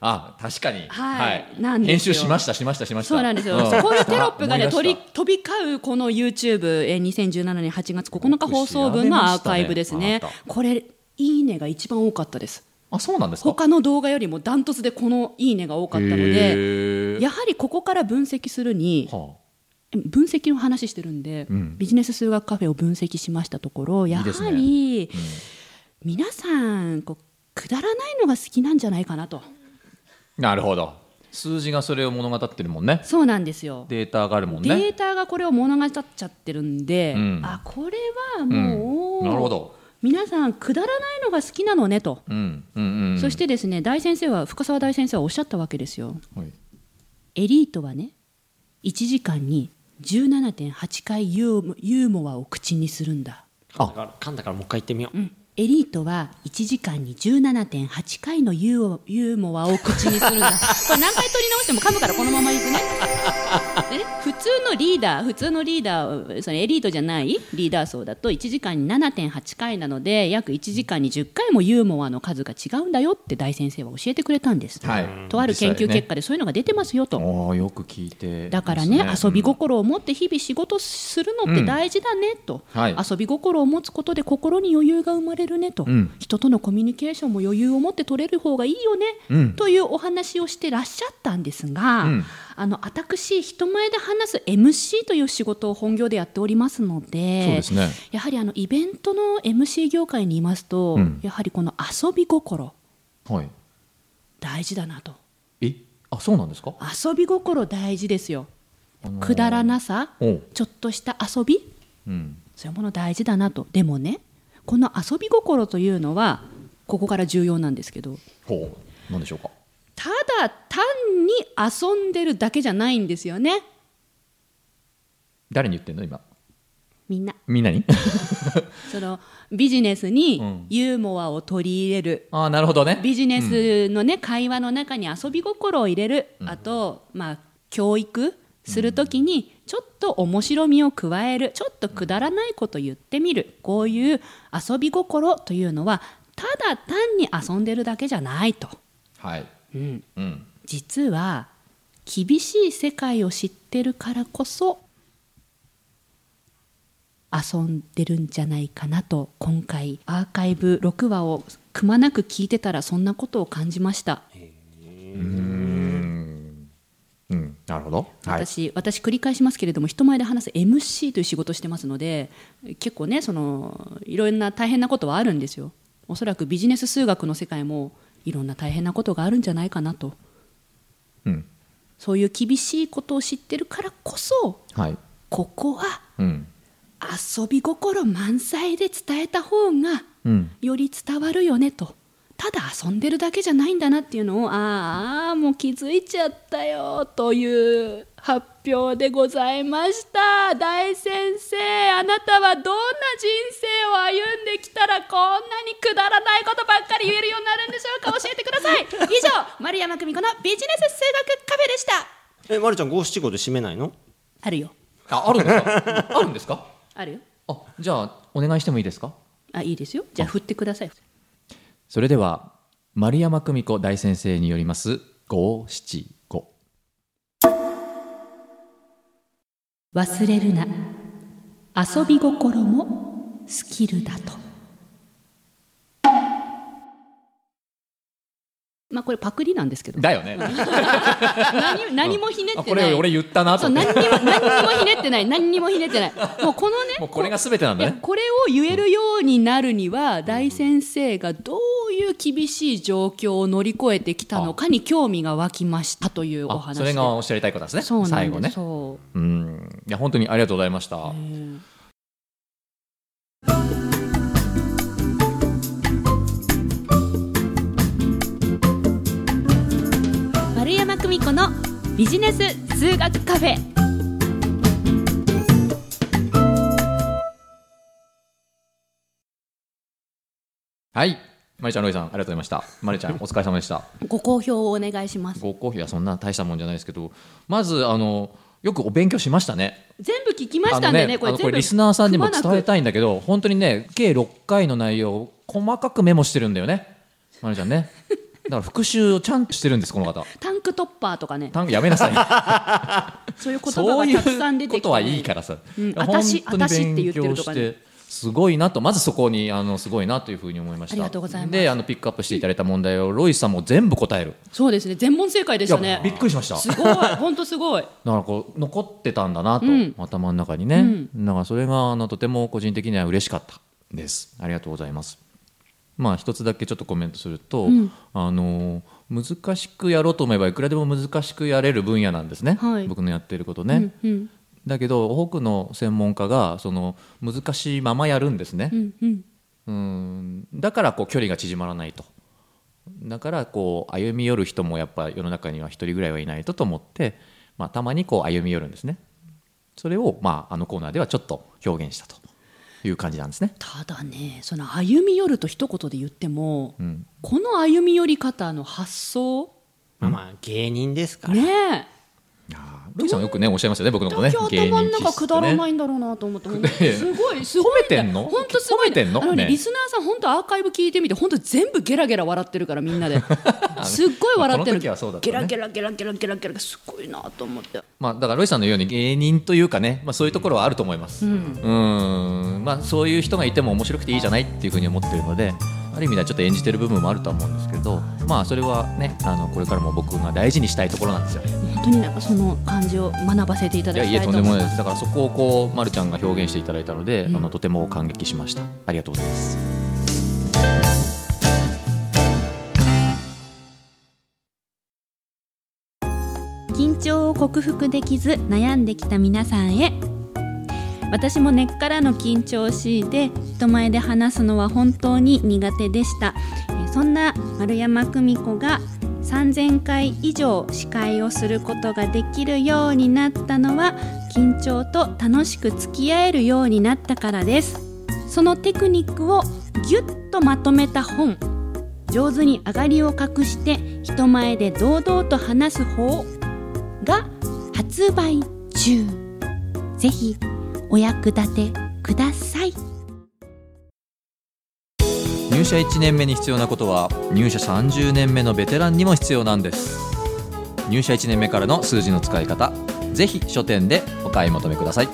Speaker 1: あ、確かに。
Speaker 2: はいなんで
Speaker 1: 編
Speaker 2: すよ
Speaker 1: 集しました。しました。しました。
Speaker 2: そうなんですよ、
Speaker 1: ん
Speaker 2: こういうテロップがね
Speaker 1: あ思い出
Speaker 2: 取り
Speaker 1: した
Speaker 2: 飛び交うこの YouTube、えー、2017年8月9日放
Speaker 1: よ
Speaker 2: 送分
Speaker 1: く調べ
Speaker 2: の
Speaker 1: ま
Speaker 2: ア
Speaker 1: し
Speaker 2: ー
Speaker 1: たね
Speaker 2: カイブです
Speaker 1: あ
Speaker 2: ね
Speaker 1: なた
Speaker 2: これいいねが一番多かったです
Speaker 1: あ、そうなんですか。
Speaker 2: 他の動画よりもダントツでこのいいねが多かったの
Speaker 1: へ
Speaker 2: で
Speaker 1: ー
Speaker 2: やはりここから分析するに、
Speaker 1: は
Speaker 2: 分析の話してるんで、
Speaker 1: ん
Speaker 2: ビジネス数学カフェを分析しましたところやは
Speaker 1: ですね
Speaker 2: り皆さんこうくだらないのが好きなんじゃないかなと
Speaker 1: あなるほど。数字がそれを物語ってるもんね。
Speaker 2: そうなんですよ、
Speaker 1: データがあるもん
Speaker 2: デ
Speaker 1: ね
Speaker 2: ー。タがこれを物語っちゃってるんで、
Speaker 1: うん
Speaker 2: あこれはもう、
Speaker 1: うんなるほど
Speaker 2: 皆さんくだらないのが好きなのねと、
Speaker 1: うんうんうんうん。
Speaker 2: そしてですね大先生は深沢大先生はおっしゃったわけですよ
Speaker 1: はい。
Speaker 2: エリートはね1時間に17.8回ユーモユーモアを口にするんだ
Speaker 3: だから噛んだからもう一回言ってみよう、
Speaker 2: エリートは1時間に17.8回のユーユーモアを口にするんだこれ何回取り直しても噛むからこのま まいくねでね普通のリーダー普通のリーダーそのエリートじゃないリーダー層だと1時間に7.8回なので約1時間に10回もユーモアの数が違うんだよって大先生は教えてくれたんです、
Speaker 1: はい
Speaker 2: とある研究結果でそういうのが出てますよと、
Speaker 1: おーよく聞いて
Speaker 2: だからね
Speaker 1: ます
Speaker 2: 遊び心を持って日々仕事するのって大事だねと、
Speaker 1: はい
Speaker 2: 遊び心を持つことで心に余裕が生まれるねと、
Speaker 1: ん
Speaker 2: 人とのコミュニケーションも余裕を持って取れる方がいいよね、
Speaker 1: うん
Speaker 2: というお話をしてらっしゃったんですが、
Speaker 1: うん
Speaker 2: あの私人前で話す MC という仕事を本業でやっておりますので
Speaker 1: そうですね
Speaker 2: やはりあのイベントの MC 業界にいますと、
Speaker 1: うん
Speaker 2: やはりこの遊び心
Speaker 1: はい
Speaker 2: 大事だなと
Speaker 1: えあそうなんですか
Speaker 2: 遊び心大事ですよ、
Speaker 1: あのー
Speaker 2: くだらなさ
Speaker 1: おう
Speaker 2: ちょっとした遊び
Speaker 1: うん
Speaker 2: そういうもの大事だなとでもねこの遊び心というのはここから重要なんですけど
Speaker 1: ほうなんでしょうか
Speaker 2: ただ単に遊んでるだけじゃないんですよね
Speaker 1: 誰に言ってんの今
Speaker 2: みんな
Speaker 1: みんなに
Speaker 2: そのビジネス
Speaker 1: う
Speaker 2: に
Speaker 1: ん
Speaker 2: ユーモアを取り入れる、
Speaker 1: あーなるほどね
Speaker 2: ビジネスのね、会話の中に遊び心を入れる、あとまあ教育するときにちょっと面白みを加えるちょっとくだらないこと言ってみるこういう遊び心というのはただ単に遊んでるだけじゃないと
Speaker 1: はいうんうん
Speaker 2: 実は厳しい世界を知ってるからこそ遊んでるんじゃないかなと今回アーカイブ6話をくまなく聞いてたらそんなことを感じました、
Speaker 1: うんなるほどはい
Speaker 2: 私私繰り返しますけれども人前で話す MC という仕事をしてますので結構ねそのいろんな大変なことはあるんですよおそらくビジネス数学の世界もいろんな大変なことがあるんじゃないかなと
Speaker 1: うん
Speaker 2: そういう厳しいことを知ってるからこそ
Speaker 1: はい
Speaker 2: ここは
Speaker 1: うん
Speaker 2: 遊び心満載で伝えた方が
Speaker 1: うん
Speaker 2: より伝わるよねとただ遊んでるだけじゃないんだなっていうのをあーあーもう気づいちゃったよという発表でございました大先生あなたはどんな人生を歩んできたらこんなにくだらないことばっかり言えるようになるんでしょうか教えてください以上丸山久美子のビジネス数学カフェでした
Speaker 3: え、まるちゃん五七五で締めないの
Speaker 2: あるよ
Speaker 1: ああるんですかあるんですか
Speaker 2: あるよ
Speaker 1: あじゃあお願いしてもいいですか
Speaker 2: あいいですよじゃあ振ってください
Speaker 1: それでは丸山久美子大先生によります五七五
Speaker 2: 忘れるな遊び心もスキルだとまあこれパクリなんですけど
Speaker 1: だよね
Speaker 2: 何何もひね
Speaker 1: あ
Speaker 2: って
Speaker 1: こ
Speaker 2: ない、
Speaker 1: れ俺言ったなと
Speaker 2: そう
Speaker 1: 思っ
Speaker 2: 何
Speaker 1: て
Speaker 2: にも何にもひねってない何にもひねってないもうこのね
Speaker 1: もうこれが全てなん
Speaker 2: い
Speaker 1: だ
Speaker 2: や
Speaker 1: ね
Speaker 2: これを言えるようになるには大先生がどういう厳しい状況を乗り越えてきたのかに興味が湧きましたというお
Speaker 1: あ
Speaker 2: 話
Speaker 1: それがおっしゃりたいことですね
Speaker 2: そうな
Speaker 1: 最
Speaker 2: ん
Speaker 1: 後
Speaker 2: で
Speaker 1: ね
Speaker 2: すそう
Speaker 1: うんいや本当にありがとうございました、
Speaker 2: 丸山久美子のビジネス数学カフェ
Speaker 1: はいまりちゃんロイさんありがとうございましたまりちゃんお疲れ様でした
Speaker 2: ご好評をお願いします
Speaker 1: ご好評はそんな大したもんじゃないですけどまずあのよくお勉強しましたね
Speaker 2: 全部聞きましたんでねこ
Speaker 1: あ
Speaker 2: れ
Speaker 1: の
Speaker 2: 全
Speaker 1: こ
Speaker 2: 部
Speaker 1: れリスナーさんにも
Speaker 2: くまなく
Speaker 1: 伝えたいんだけど本当にね計6回の内容を細かくメモしてるんだよねまるちゃんねだから復習をちゃんとしてるんですこの方
Speaker 2: タンクトッパーとかね
Speaker 1: 単やめな さい
Speaker 2: そういう言葉
Speaker 1: そう
Speaker 2: が
Speaker 1: い
Speaker 2: たくさん出
Speaker 1: う
Speaker 2: て
Speaker 1: こ
Speaker 2: きて
Speaker 1: とはいいからさ、
Speaker 2: うん
Speaker 1: 本当に
Speaker 2: 私私って言ってる
Speaker 1: 勉強
Speaker 2: と
Speaker 1: し
Speaker 2: か
Speaker 1: て
Speaker 2: ね
Speaker 1: すごいなとまずそこにあのすごいなというふうに思いました
Speaker 2: ありがとうございます
Speaker 1: であのピックアップしていただいた問題をロイさんも全部答える
Speaker 2: そうですね全問正解で
Speaker 1: い
Speaker 2: したね
Speaker 1: やびっくりしました
Speaker 2: すごい本当すごい
Speaker 1: だからこう残ってたんだなと、
Speaker 2: うん
Speaker 1: 頭の中にね、だからそれがあのとても個人的には嬉しかったですありがとうございますまあ一つだけちょっとコメントすると、あの難しくやろうと思えばいくらでも難しくやれる分野なんですね、
Speaker 2: はい
Speaker 1: 僕のやってることね、
Speaker 2: うん
Speaker 1: だけど多くの専門家がその難しいままやるんですね、
Speaker 2: うんうん
Speaker 1: うんだからこう距離が縮まらないとだからこう歩み寄る人もやっぱ世の中には一人ぐらいはいないとと思って、まあ、たまにこう歩み寄るんですねそれを、まあ、あのコーナーではちょっと表現したという感じなんですね
Speaker 2: ただねその歩み寄ると一言で言っても、この歩み寄り方の発想
Speaker 3: まあまあ、芸人ですから。
Speaker 2: ね
Speaker 1: ロイさんよくねおっしゃいますよね僕の
Speaker 2: え
Speaker 1: こと
Speaker 2: だ
Speaker 1: ね
Speaker 2: け頭の中
Speaker 1: 気
Speaker 2: く
Speaker 1: 質っ
Speaker 2: だら
Speaker 1: てね
Speaker 2: ないんだろうなと思って、
Speaker 1: ねえ
Speaker 2: すごいすごい
Speaker 1: 褒めてんの
Speaker 2: 本当すごい
Speaker 1: 褒めてんの
Speaker 2: あのね
Speaker 1: ね
Speaker 2: リスナーさん本当アーカイブ聞いてみて本当全部ゲラゲラ笑ってるからみんなですっごい笑って
Speaker 1: この
Speaker 2: る
Speaker 1: 時はそうだったね
Speaker 2: ゲラゲラゲラゲラゲラゲラすごいなと思って
Speaker 1: まあ、だからロイさんのように芸人というかね、まあ、そういうところはあると思います、うんまあ、そういう人がいても面白くていいじゃないっていうふうに思ってるのである意味ではちょっと演じてる部分もあるとは思うんですけど、まあ、それはねあのこれからも僕が大事にしたいところなんですよい
Speaker 2: 本当になんかその感じを学ばせていた
Speaker 1: や
Speaker 2: だき
Speaker 1: いや
Speaker 2: たい
Speaker 1: と
Speaker 2: と
Speaker 1: んで
Speaker 2: 思い
Speaker 1: もな
Speaker 2: ま
Speaker 1: いで
Speaker 2: す
Speaker 1: すだからそこをこう、ま、るちゃんが表現していただいたので、あのとても感激しましたありがとうございます
Speaker 5: 緊張を克服できず悩んできた皆さんへ私も根っからの緊張を強いて人前で話すのは本当に苦手でしたえーそんな丸山久美子が3000回以上司会をすることができるようになったのは緊張と楽しく付き合えるようになったからですそのテクニックをぎゅっとまとめた本上手に上がりを隠して人前で堂々と話す方が発売中ぜひお役立てください
Speaker 1: 入社1年目に必要なことは入社30年目のベテランにも必要なんです入社1年目からの数字の使い方ぜひ書店でお買い求めください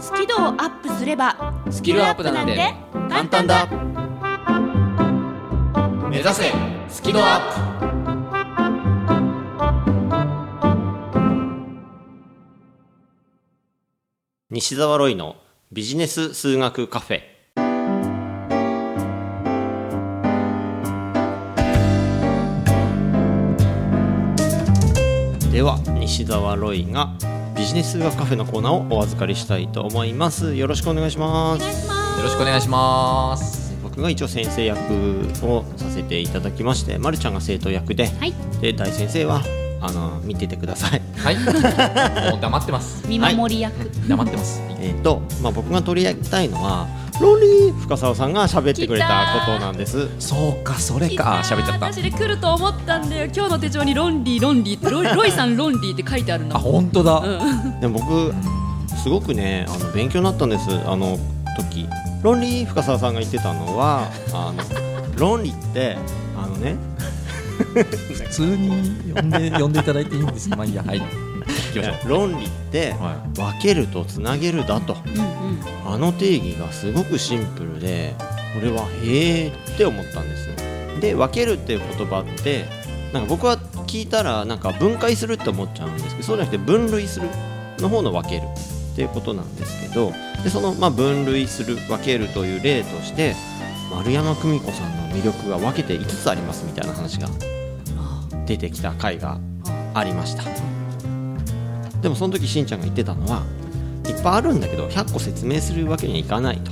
Speaker 2: スキルをアップすればス
Speaker 1: キルアップだなんて簡単だ目指せスキドアップ
Speaker 3: 西沢ロイのビジネス数学カフェ。では西澤ロイがビジネス数学カフェのコーナーをお預かりしたいと思いますよろしくお願いします
Speaker 1: よろしくお願いします。
Speaker 3: 僕が一応先生役をさせていただきまして、ま、るちゃんが生徒役で、
Speaker 5: はい
Speaker 3: で大先生はあの見ててください
Speaker 1: はい。もう黙ってます。
Speaker 5: 見守り役、
Speaker 1: 黙ってます。
Speaker 3: えーと、まあ、僕が取り上げたいのはロリー深澤さんが喋ってくれたことなんです
Speaker 1: そうか、それか、喋っちゃった。
Speaker 2: 私で来ると思ったんだよ今日の手帳に「ロンリーロンリー」ってロイ「ロ イさんロンリー」って書いてある
Speaker 1: あ、
Speaker 2: の
Speaker 1: 本当だ。
Speaker 3: でも僕すごくねあの勉強になったんですあの時ロンリー深澤さんが言ってたのはあのロンリーってあのね
Speaker 1: 普通に呼んで、 呼んでいただいていいんですか。まあ、いいや、はい。行きましょう。
Speaker 3: 論理って
Speaker 1: は
Speaker 3: 分けるとつなげるだと、あの定義がすごくシンプルでこれはへえって思ったんですで分けるっていう言葉ってなんか僕は聞いたらなんか分解するって思っちゃうんですけどそうじゃなくて分類するの方の分けるっていうことなんですけどでそのまあ分類する分けるという例として丸山久美子さんの魅力が分けて5つありますみたいな話が出てきた回がありましたでもその時しんちゃんが言ってたのはいっぱいあるんだけど100個説明するわけにはいかないと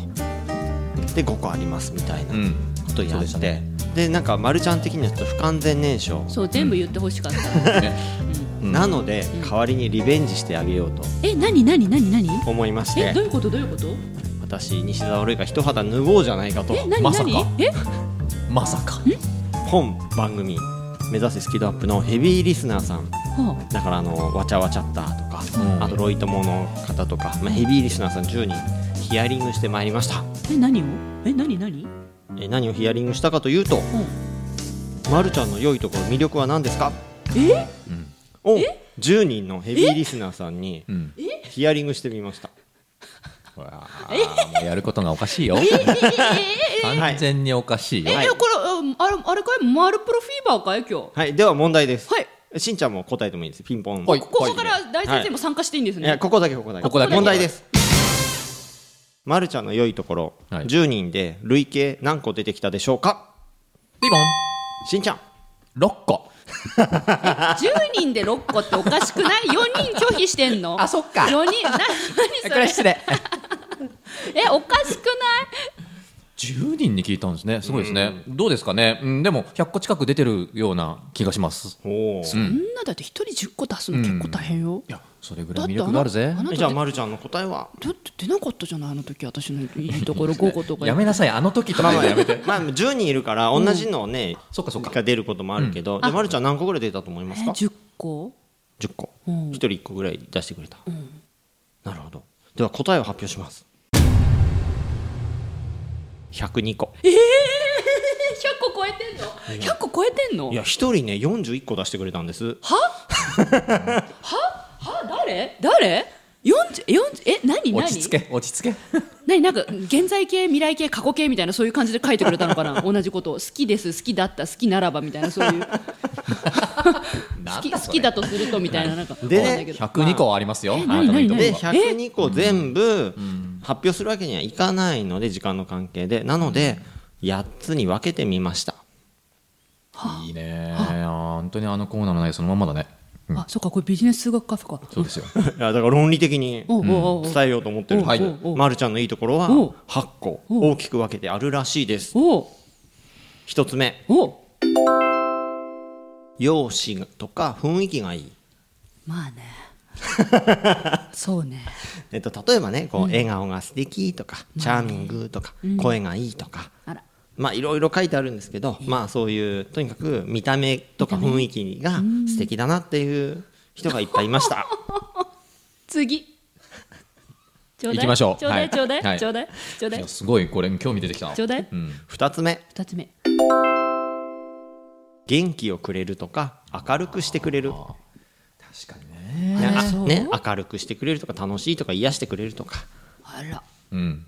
Speaker 3: で5個ありますみたいな
Speaker 1: う
Speaker 3: こ
Speaker 1: ん。
Speaker 3: とをや
Speaker 1: そう
Speaker 3: っ、
Speaker 1: でしてた
Speaker 3: でなんか丸ちゃん的にはちょっと不完全燃焼
Speaker 2: そう全部言ってほしかった
Speaker 1: うん
Speaker 3: なので、代わりにリベンジしてあげようと
Speaker 6: え、なになになになに
Speaker 3: 思いまし
Speaker 2: え
Speaker 3: て
Speaker 2: どういうことどういうこと
Speaker 3: 私西澤ロイが一肌脱ごうじゃないかと
Speaker 2: え何
Speaker 1: まさか
Speaker 2: 何え
Speaker 1: まさか。
Speaker 3: 本番組目指せスキドアップのヘビーリスナーさん
Speaker 6: は
Speaker 3: だからあのわちゃわちゃったとか、
Speaker 1: うん
Speaker 3: あとロイ友の方とか、まあ、ヘビーリスナーさん10人ヒアリングしてまいりました
Speaker 6: え、何をえ、なになに
Speaker 3: えー何をヒアリングしたかというと、まるちゃんの良いところ魅力は何ですか えを10人のヘビーリスナーさんに
Speaker 1: うん。
Speaker 3: ヒアリングしてみました
Speaker 1: うわーもうやることがおかしいよ。完全におかしいよ。
Speaker 3: はい
Speaker 2: えこれうんあれあれかいマルプロフィーバーかい今日
Speaker 3: はいでは問題です、
Speaker 2: はい
Speaker 3: しんちゃんも答えてもいいですピンポン
Speaker 1: はい
Speaker 2: ここから大先生も参加していいんです
Speaker 3: い
Speaker 2: ね、
Speaker 3: やここだけここだけ
Speaker 1: ここだけ
Speaker 3: 問題ですまるちゃんの良いところ、
Speaker 1: はい
Speaker 3: 10人で累計何個出てきたでしょうか
Speaker 1: リボン。
Speaker 3: しんちゃん
Speaker 1: 六個。
Speaker 2: 10人で6個っておかしくない ?4 人拒否してんの
Speaker 1: あそっか
Speaker 2: 4人な
Speaker 1: え これ
Speaker 2: 何そ
Speaker 1: 失
Speaker 2: れ
Speaker 1: 礼。
Speaker 2: えおかしく
Speaker 1: 10人に聞いたんですね。すごいですね。どうですかね。うん、でも100個近く出てるような気がします。
Speaker 3: おお
Speaker 2: ないみんなだって1人10個出すの結構大変よ、
Speaker 1: いや、それぐ
Speaker 2: だ
Speaker 1: ら
Speaker 2: っ
Speaker 1: い魅
Speaker 2: て
Speaker 1: 力
Speaker 2: あ
Speaker 1: があ
Speaker 2: な
Speaker 1: るぜ
Speaker 2: あ。なた
Speaker 3: じゃあ
Speaker 2: だ
Speaker 3: まるちゃんの答えは
Speaker 2: って出なかったじゃないあの時私のいいところ5個とか
Speaker 1: やめなさい、あの時とか言うのやめて。
Speaker 3: まあ10人いるから同じのをね、
Speaker 1: そっかそっか
Speaker 3: が出ることもあるけど、でまるちゃん何個ぐらい出たと思いますか
Speaker 2: 10個
Speaker 3: 10個1人1個ぐらい出してくれた、なるほどでは答えを発表します102個い
Speaker 2: 100個超えてんの100個超えてんの
Speaker 3: や1人ね41個出してくれたんです
Speaker 2: は誰誰40 40え何 何
Speaker 1: 落ち着け、落ち着け。
Speaker 2: 何なんか現在形未来形過去形みたいなそういう感じで書いてくれたのか な同じことを好きです好きだった好きならばみたいなそういう好き
Speaker 1: なんだそれ
Speaker 2: 好きだとするとみたいななんか
Speaker 3: でね
Speaker 2: わかんないけど
Speaker 1: 102個はありますよ。あなたのいいところ
Speaker 3: で
Speaker 1: は
Speaker 3: 102個全部発表するわけにはいかないので時間の関係でなので8つに分けてみました
Speaker 1: いいね。いや本当にあのコーナーの内容そのまんまだね。うん
Speaker 2: あそうかこれビジネス数学カフェか
Speaker 1: そう ですよ。
Speaker 3: いやだから論理的に
Speaker 2: おうおうおう
Speaker 3: 伝えようと思ってるんです
Speaker 1: はい
Speaker 3: けど、まるちゃんのいいところは
Speaker 2: おう
Speaker 3: 8個大きく分けてあるらしいです
Speaker 2: おう
Speaker 3: 1つ目
Speaker 2: おう
Speaker 3: 容姿とか雰囲気がいい、
Speaker 2: まあね そうね
Speaker 3: えっと、例えばねこう笑顔が素敵とか、チャーミングとか、声がいいとか
Speaker 2: あら
Speaker 3: まあいろいろ書いてあるんですけど、まあそういうとにかく見た目とか雰囲気が素敵だなっていう人がいっぱいいました
Speaker 2: 次ちょうだい
Speaker 1: 行きましょう
Speaker 2: ちょうだ
Speaker 1: はい
Speaker 2: いちょうだ
Speaker 1: はい
Speaker 2: いちょうだいちょうだ
Speaker 1: い
Speaker 2: い
Speaker 1: やすごい、これ、興味出てきたな
Speaker 2: ちょうだい
Speaker 1: うん。
Speaker 3: 2つ目
Speaker 2: 2つ目
Speaker 3: 元気をくれるとか明るくしてくれる
Speaker 1: 確かにね。
Speaker 3: ねあ
Speaker 2: そう
Speaker 3: ね明るくしてくれるとか楽しいとか癒してくれるとか
Speaker 2: あら
Speaker 1: うん。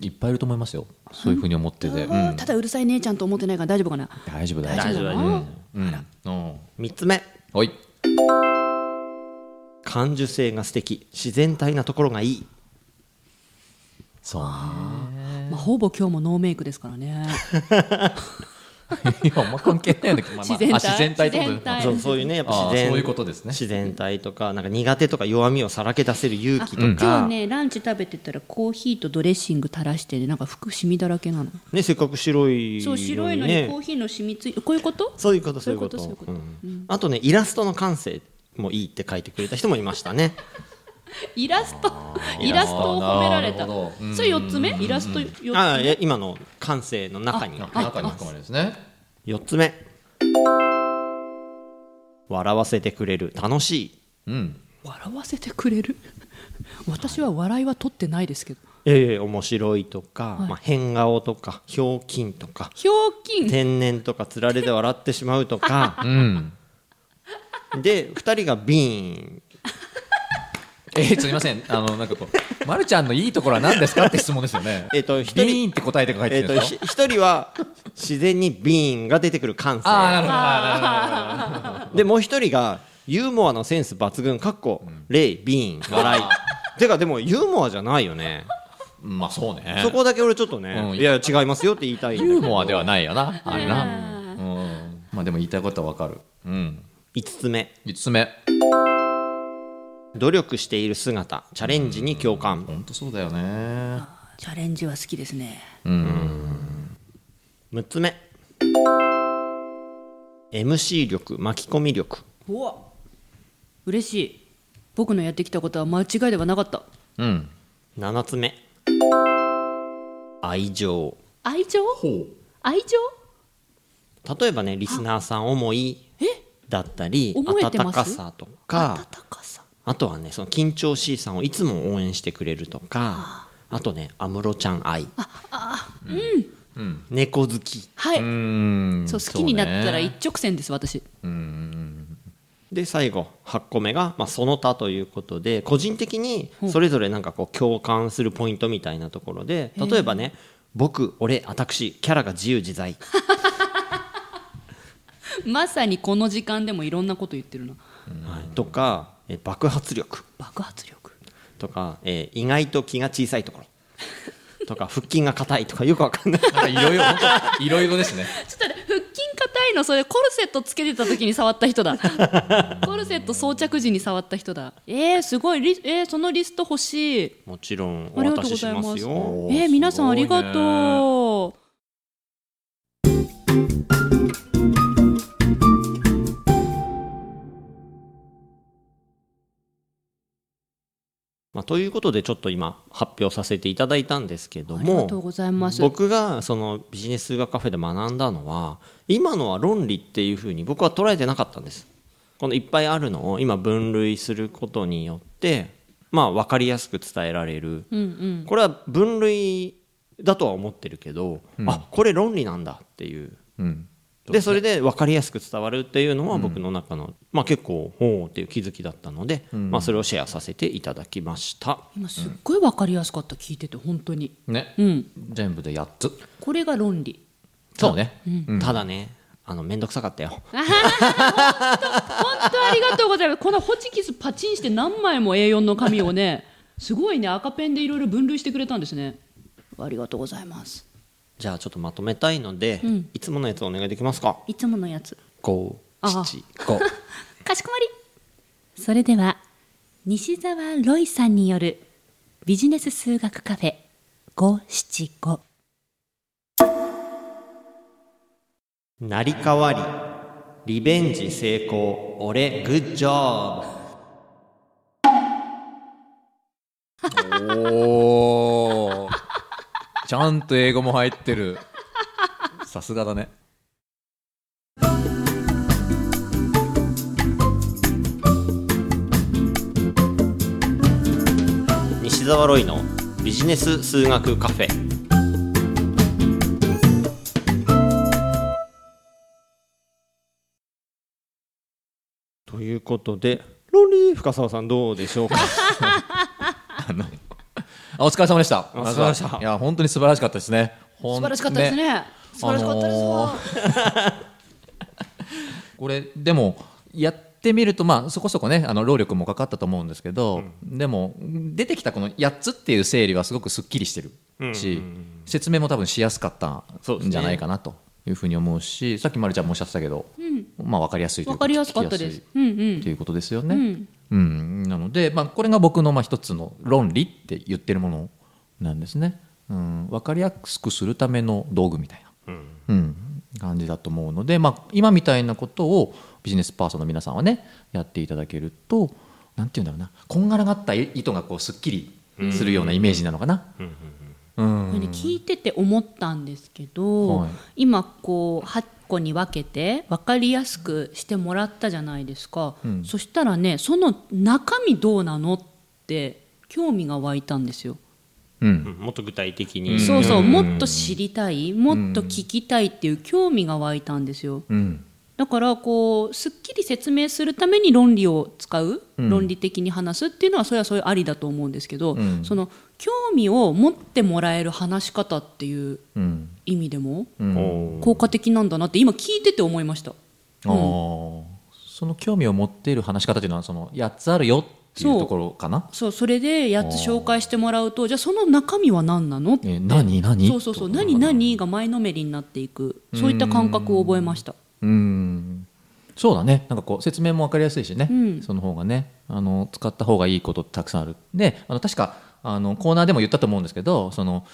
Speaker 1: いっぱいいると思いますよ。そういうふうに思ってて。うん
Speaker 2: ただうるさい姉ちゃんと思ってないから大丈夫かな
Speaker 1: 大丈夫だよ。
Speaker 3: 大丈夫だよ
Speaker 1: うん。うん。
Speaker 3: 3つ目
Speaker 1: おい。
Speaker 3: 感受性が素敵自然体なところがいい
Speaker 1: そうね。
Speaker 2: まあ、ほぼ今日もノーメイクですから ね。
Speaker 1: いや、あんま関係ないよね。まあまあ
Speaker 2: 自然体
Speaker 1: あ自然体ってこと
Speaker 2: 自然体
Speaker 1: あ
Speaker 3: そうそういうねやっぱ
Speaker 1: あー
Speaker 3: 自然
Speaker 1: そういうことですね
Speaker 3: 自然体とかなんか苦手とか弱みをさらけ出せる勇気とか、
Speaker 1: うん
Speaker 2: 今日ねランチ食べてたらコーヒーとドレッシング垂らしてねなんか服シミだらけなの、
Speaker 3: ねせっかく白い
Speaker 2: そう白いのにコーヒーのシミついこういうこと
Speaker 3: そういうことそ
Speaker 2: そうう
Speaker 3: い
Speaker 2: いうう
Speaker 3: こ
Speaker 2: ことと
Speaker 3: うんあとねイラストの感性もいいって書いてくれた人もいましたね
Speaker 2: イラストイラストを褒められ
Speaker 1: な
Speaker 2: た
Speaker 1: るほどうん
Speaker 2: それ四つ目イラスト四つ目
Speaker 3: あーいや今の感性の中に
Speaker 1: あ中に含まれるんですね。
Speaker 3: 4つ目笑わせてくれる楽しい
Speaker 1: うん。
Speaker 2: 笑わせてくれる 私は笑いは取ってないですけど
Speaker 3: ええ面白いとか、まあ、変顔とかひょうきんとか
Speaker 2: ひょうきん
Speaker 3: 天然とかつられて笑ってしまうとか
Speaker 1: うん。
Speaker 3: で2人がビーン
Speaker 1: えー、すみません。あの、なんかこう、まるちゃんのいいところは何ですかって質問ですよね。
Speaker 3: えっと一人
Speaker 1: ビーンって答えて書い
Speaker 3: え
Speaker 1: て
Speaker 3: っ
Speaker 1: るん
Speaker 3: と
Speaker 1: ですか、
Speaker 3: ひ一人は自然にビーンが出てくる感
Speaker 1: ああ、なる
Speaker 3: 性
Speaker 1: ほどあー、なるほど。
Speaker 3: でもう一人がユーモアのセンス抜群かっこレイビーン笑
Speaker 1: あ
Speaker 3: いてかでもユーモアじゃないよね
Speaker 1: まあそうね。
Speaker 3: そこだけ俺ちょっとね、
Speaker 1: うん
Speaker 3: いや違いますよって言いたいんだけど
Speaker 1: ユーモアではないよな、あれな。うん。まあでも言いたいことはわかる。うん。
Speaker 3: 5つ目
Speaker 1: 5つ目。
Speaker 3: 努力している姿チャレンジに共感、
Speaker 1: 本当そうだよね。
Speaker 2: チャレンジは好きですね
Speaker 3: 6つ目 MC 力巻き込み力
Speaker 2: うわ嬉しい僕のやってきたことは間違いではなかった
Speaker 1: うん。
Speaker 3: 7つ目愛情
Speaker 2: 愛情愛情
Speaker 3: 例えばねリスナーさん思いだったり
Speaker 2: 思えて
Speaker 3: 温
Speaker 2: ます
Speaker 3: かさとか
Speaker 2: 温かさ
Speaker 3: あとはねその緊張 C さんをいつも応援してくれるとかあとね安室ちゃん愛うん猫好き
Speaker 2: はい
Speaker 1: うん。
Speaker 2: そう好きになったら
Speaker 1: いい。
Speaker 2: 一直線です私
Speaker 3: で最後8個目が、まあ、その他ということで個人的にそれぞれなんかこう共感するポイントみたいなところで例えばね僕俺私キャラが自由自在
Speaker 2: まさにこの時間でもいろんなこと言ってるな
Speaker 3: はいとかえ爆発力
Speaker 2: 爆発力
Speaker 3: とか、えー意外と気が小さいと ころとか腹筋が硬いとかよくわかんない
Speaker 1: なんかいろいろ、本当いろいろですね。
Speaker 2: ちょっと待って腹筋硬いのそれコルセットつけてた時に触った人だコルセット装着時に触った人だえー、すごいリえーそのリスト欲しい
Speaker 3: もちろんお
Speaker 2: ありがと
Speaker 3: 渡
Speaker 2: うご
Speaker 3: しし
Speaker 2: ざい
Speaker 3: ま
Speaker 2: ます
Speaker 3: すよ
Speaker 2: えー、皆さんありが
Speaker 1: すご
Speaker 2: とう
Speaker 3: まあ、ということでちょっと今発表させていただいたんですけど
Speaker 2: ありが
Speaker 3: も
Speaker 2: とうございます
Speaker 3: 僕がそのビジネス数学カフェで学んだのは今のは論理っていうふうに僕は捉えてなかったんですこのいっぱいあるのを今分類することによってまあ分かりやすく伝えられる、これは分類だとは思ってるけど、あこれ論理なんだっていう
Speaker 1: うん。
Speaker 3: でそれで分かりやすく伝わるっていうのは僕の中の、まあ、結構ほうっていう気づきだったので、まあ、それをシェアさせていただきました
Speaker 2: 今すっごい分かりやすかった聞いてて本当に
Speaker 1: ね。
Speaker 2: うん
Speaker 1: 全部で8つ。
Speaker 2: これが論理
Speaker 1: そうね。
Speaker 3: ただねあの面倒くさかったよ
Speaker 2: 本当ありがとうございますこのホチキスパチンして何枚も A4 の紙をね すごいね赤ペンでいろいろ分類してくれたんですねありがとうございます
Speaker 3: じゃあちょっとまとめたいので、いつものやつお願いできますか
Speaker 7: いつものやつ
Speaker 3: 五七 五
Speaker 7: かしこまりそれでは西澤ロイさんによるビジネス数学カフェ575
Speaker 3: 成り代わりリベンジ成功俺グッジョブ
Speaker 1: おお。ちゃんと英語も入ってる。さすがだね。
Speaker 3: 西澤ロイのビジネス数学カフェということでロリー深澤さんどうでしょうか
Speaker 1: あのあお疲れ様でした。
Speaker 3: お疲れ様でした
Speaker 1: いや、本当に素晴らしかったですね。素
Speaker 2: 素晴らしかったですね素晴らしかったですわ、
Speaker 1: あのこれでもやってみるとまあそこそこねあの労力もかかったと思うんですけど、でも出てきたこの8つっていう整理はすごくすっきりしてるし、説明も多分しやすかったんじゃないかなというふうに思うしさっきまるちゃんもおっしゃってたけど、まあ、分かりやすいという
Speaker 2: わかりやすかったで
Speaker 1: 聞きや
Speaker 2: す
Speaker 1: い。
Speaker 2: うんう
Speaker 1: って
Speaker 2: ん。
Speaker 1: いうことですよね。う
Speaker 2: うんん
Speaker 1: なので、まあ、これが僕のまあ一つの論理って言ってるものなんですね。うん、分かりやすくするための道具みたいな、うん感じだと思うので、まあ、今みたいなことをビジネスパーソンの皆さんはねやっていただけるとなんて言うんだろうなこんがらがった糸がこうすっきりするようなイメージなのかな。うん
Speaker 2: これね聞いてて思ったんですけど、
Speaker 1: はい
Speaker 2: 今こう8個に分けて分かりやすくしてもらったじゃないですか、
Speaker 1: うん
Speaker 2: そしたらねその中身どうなのって興味が湧いたんですよ、
Speaker 1: うん
Speaker 8: うんもっと具体的に
Speaker 2: そうそう
Speaker 8: うん
Speaker 2: もっと知りたいもっと聞きたいっていう興味が湧いたんですよ
Speaker 1: うん
Speaker 2: だからこうすっきり説明するために論理を使う、
Speaker 1: うん
Speaker 2: 論理的に話すっていうのはそれはそれありだと思うんですけど、
Speaker 1: うん
Speaker 2: その興味を持ってもらえる話し方っていう
Speaker 1: うん
Speaker 2: 意味でも
Speaker 1: うん
Speaker 8: おー
Speaker 2: 効果的なんだなって今聞いてて思いました。
Speaker 1: あーその興味を持っている話し方というのはその8つあるよっていう
Speaker 2: そう
Speaker 1: ところかな。
Speaker 2: そうそれでやつ紹介してもらうとじゃあその中身は何なのって
Speaker 1: え何何
Speaker 2: そうそうそう何何が前のめりになっていくそういった感覚を覚えました
Speaker 1: うんそうだねなんかこう説明も分かりやすいしね、
Speaker 2: うん
Speaker 1: その方がねあの使った方がいいことたくさんあるであの確かあのコーナーでも言ったと思うんですけどその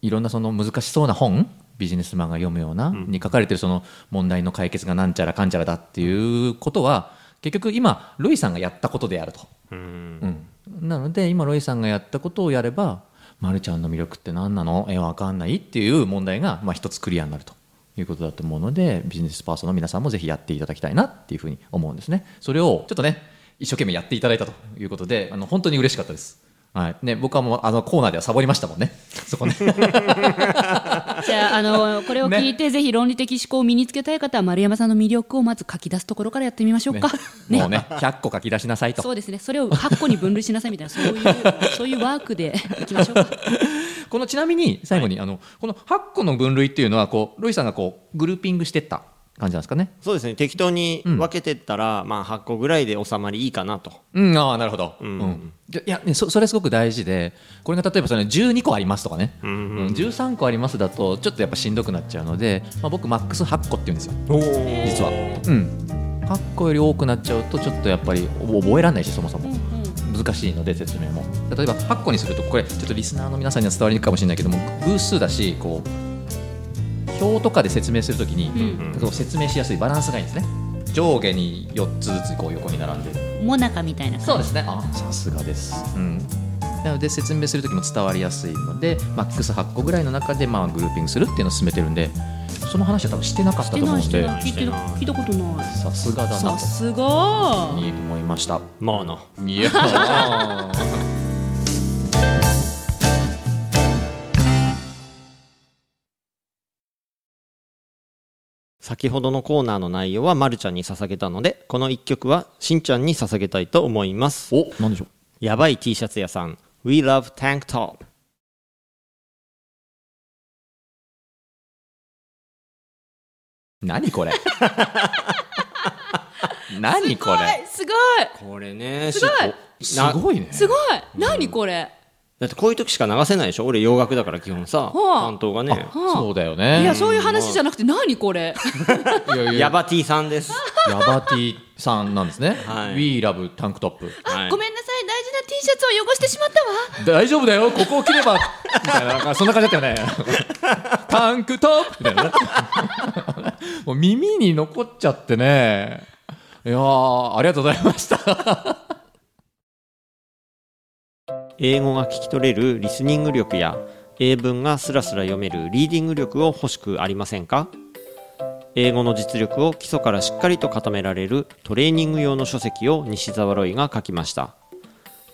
Speaker 1: いろんなその難しそうな本ビジネスマンが読むような、に書かれてるその問題の解決がなんちゃらかんちゃらだっていうことは結局今ルイさんがやったことであると。
Speaker 8: うん
Speaker 1: うん、なので今ロイさんがやったことをやれば、ま、るちゃんの魅力って何なのえわかんないっていう問題が、まあ、一つクリアになるということだと思うのでビジネスパーソンの皆さんもぜひやっていただきたいなっていうふうに思うんですねそれをちょっとね一生懸命やっていただいたということであの本当に嬉しかったです、はいね、僕はもうあのコーナーではサボりましたもんねそこね
Speaker 2: じゃああのこれを
Speaker 1: ね
Speaker 2: 聞いて、ぜひ論理的思考を身につけたい方は丸山さんの魅力をまず書き出すところからやってみましょうか、ね
Speaker 1: もうね100個書き出しなさいと
Speaker 2: そうですねそれを8個に分類しなさいみたいなそういうそういうワークでいきましょうか
Speaker 1: このちなみに最後に、あのこの8個の分類っていうのはこうロイさんがこうグルーピングしてった感じなんですかね
Speaker 3: そうですね適当に分けてったら、まあ8個ぐらいで収まりいいかなと
Speaker 1: うん、ああなるほど、う
Speaker 3: うんん
Speaker 1: でいやねそそれすごく大事でこれが例えばその12個ありますとかね、
Speaker 8: うん
Speaker 1: うん13個ありますだとちょっとやっぱしんどくなっちゃうので、まあ、僕マックス8個って言うんですよ
Speaker 8: おー
Speaker 1: 実は、うん、8個より多くなっちゃうとちょっとやっぱりお覚えられないしそもそも。難しいので説明も例えば8個にするとこれちょっとリスナーの皆さんには伝わりにくいかもしれないけども偶数だしこう表とかで説明するときに、こう説明しやすいバランスがいいんですね上下に4つずつこう横に並んで
Speaker 5: モナカみたいな感じ
Speaker 1: そうですね。あ、さすがです。うん。なので説明する時も伝わりやすいので、マックス8個ぐらいの中でまあグルーピングするっていうのを進めてるんで、その話は多分してなかったと思うの
Speaker 2: して
Speaker 1: で、
Speaker 2: ないしてない聞いて聞いたことない
Speaker 1: さすがだな
Speaker 2: さ
Speaker 1: と
Speaker 2: すが
Speaker 1: いいと思いました。
Speaker 3: まあない
Speaker 1: やー。
Speaker 3: 先ほどのコーナーの内容はまるちゃんに捧げたのでこの1曲はしんちゃんに捧げたいと思います
Speaker 1: お、なんでしょう。
Speaker 3: やばい T シャツ屋さん We love tank top
Speaker 1: 何こ れ。何これ。
Speaker 2: すごい
Speaker 3: これね
Speaker 2: すごい
Speaker 1: す
Speaker 3: な
Speaker 1: ごいね。
Speaker 2: すごい何これ、
Speaker 3: だってこういう時しか流せないでしょ俺洋楽だから基本さ
Speaker 2: はあ
Speaker 3: 担当がね
Speaker 2: はあ
Speaker 1: そうだよね。
Speaker 2: いやそういう話じゃなくて何これ
Speaker 1: いやいや
Speaker 3: ヤバ T さんです
Speaker 1: ヤバティさんなんですね。
Speaker 3: はい
Speaker 1: We love タンクトップ。
Speaker 3: はい
Speaker 2: ごめんなさい大事な T シャツを汚してしまったわ
Speaker 1: 大丈夫だよここを切ればみたいななんかそんな感じだったよねタンクトップみたいなもう耳に残っちゃってねいやーありがとうございました
Speaker 3: 英語が聞き取れるリスニング力や英文がスラスラ読めるリーディング力を欲しくありませんか英語の実力を基礎からしっかりと固められるトレーニング用の書籍を西澤ロイが書きました。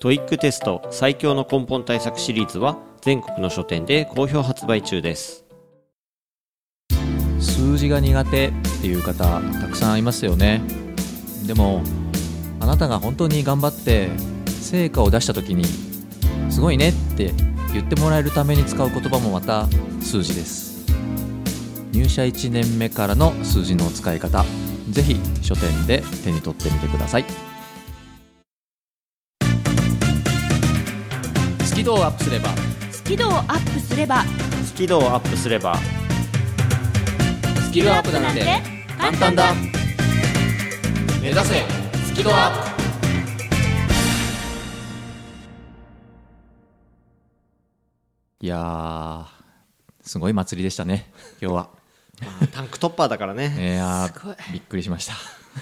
Speaker 3: トイックテスト最強の根本対策シリーズは全国の書店で好評発売中です。
Speaker 1: 数字が苦手っていう方たくさんいますよねでもあなたが本当に頑張って成果を出した時に「すごいね」って言ってもらえるために使う言葉もまた数字です入社1年目からの数字の使い方ぜひ書店で手に取ってみてくださいスキルをアップすれば
Speaker 5: スキドをアップすれば
Speaker 3: スキルをアップすれば
Speaker 5: ス
Speaker 1: キルアップなんて簡単だ目指せスキルアップいやーすごい祭りでしたね今日は。
Speaker 3: まあタンクトッパーだからね。
Speaker 1: いやー
Speaker 9: すごい
Speaker 1: びっくりしました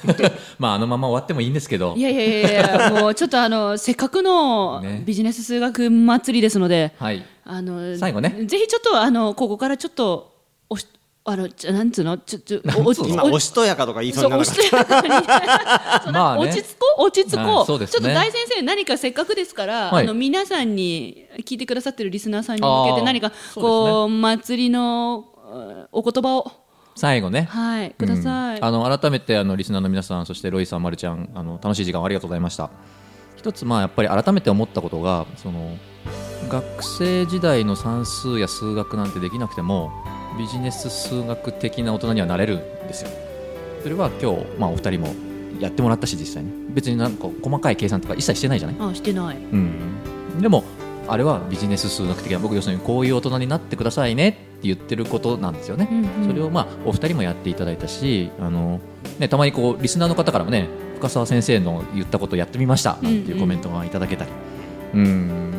Speaker 1: まああのまま終わってもいいんですけど
Speaker 9: いやいやいやいやもうちょっとあのせっかくの
Speaker 1: ね
Speaker 9: ビジネス数学祭りですので、
Speaker 1: はい
Speaker 9: あの
Speaker 1: 最後ね
Speaker 9: ぜひちょっとあのここからちょっとおしあのちょなんつうのちょちょお
Speaker 1: つうの
Speaker 3: 今、おしとやかとか言いそう
Speaker 9: そう
Speaker 3: にな
Speaker 9: お
Speaker 3: る
Speaker 9: しとやかにそう
Speaker 1: まあね
Speaker 9: 落ち着こう落ち着こ
Speaker 1: は
Speaker 9: う
Speaker 1: いそうですね
Speaker 9: ちょっと大先生何かせっかくですから、
Speaker 1: はい
Speaker 9: あの皆さんに聞いてくださってるリスナーさんに向け
Speaker 1: あー
Speaker 9: て何か
Speaker 1: そうですね
Speaker 9: こう祭りのうんお言葉を
Speaker 1: 最後ね
Speaker 9: はいください、
Speaker 1: うんあの改めてあのリスナーの皆さんそしてロイさん、ま、るちゃんあの楽しい時間をありがとうございました一つまあやっぱり改めて思ったことがその学生時代の算数や数学なんてできなくてもビジネス数学的な大人にはなれるんですよそれは今日、まあ、お二人もやってもらったし実際ね別になんか細かい計算とか一切してないじゃない
Speaker 9: あしてない
Speaker 1: うん、でもあれはビジネス数学的な僕要するにこういう大人になってくださいねって言ってることなんですよね、
Speaker 9: うんうん
Speaker 1: それをまあお二人もやっていただいたしあの、ね、たまにこうリスナーの方からもね深澤先生の言ったことをやってみましたなんていうコメントがいただけたり、うん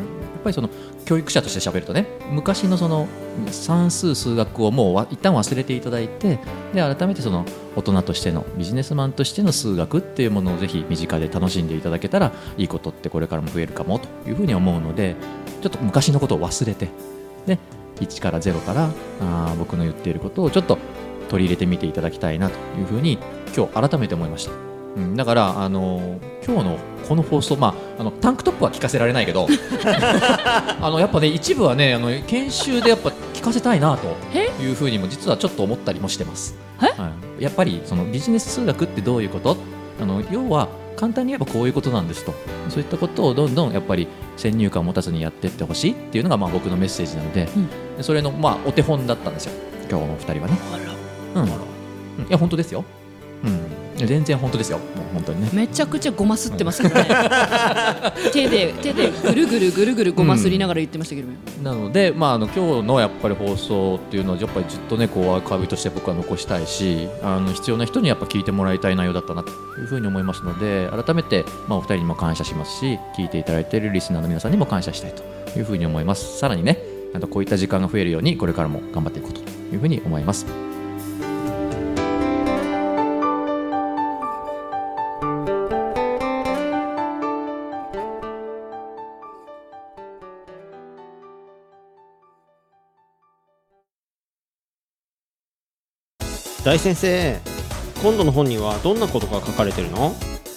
Speaker 1: やっぱりその教育者として喋るとね昔のその算数数学をもうわ一旦忘れていただいてで改めてその大人としてのビジネスマンとしての数学っていうものをぜひ身近で楽しんでいただけたらいいことってこれからも増えるかもというふうに思うのでちょっと昔のことを忘れてで1から0からあー僕の言っていることをちょっと取り入れてみていただきたいなというふうに今日改めて思いました。うん、だから、あのー今日のこの放送、まあ、あのタンクトップは聞かせられないけどあのやっぱね一部はねあの研修でやっぱ聞かせたいなというふうにも実はちょっと思ったりもしてます。はい、やっぱりそのビジネス数学ってどういうことあの要は簡単に言えばこういうことなんですとそういったことをどんどんやっぱり先入観を持たずにやっていってほしいっていうのがまあ僕のメッセージなので、でそれのまあお手本だったんですよ今日のお二人はね。うん、いや本当ですよ、うん、全然本当ですよもう本当にね。
Speaker 9: めちゃくちゃごますってますけ どね手で手でぐるぐるぐるぐるごますりながら言ってましたけどね、
Speaker 1: なので、まあ、あの今日のやっぱり放送っていうのはやっぱりずっとねこうアーカイブとして僕は残したいしあの必要な人にやっぱ聞いてもらいたい内容だったなというふうに思いますので改めて、まあ、お二人にも感謝しますし聞いていただいているリスナーの皆さんにも感謝したいというふうに思いますさらにねあのこういった時間が増えるようにこれからも頑張っていこうというふうに思います
Speaker 3: 大先生、今度の本にはどんなことが書かれてるの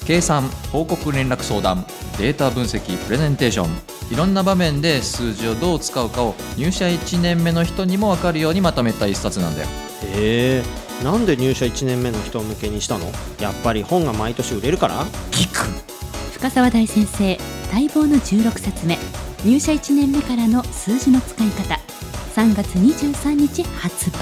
Speaker 1: 計算報告連絡相談データ分析プレゼンテーションいろんな場面で数字をどう使うかを入社1年目の人にも分かるようにまとめた一冊なんだよ
Speaker 3: へえなんで入社1年目の人向けにしたのやっぱり本が毎年売れるから
Speaker 1: 聞く
Speaker 2: 深沢大先生待望の16冊目入社1年目からの数字の使い方3月23日発売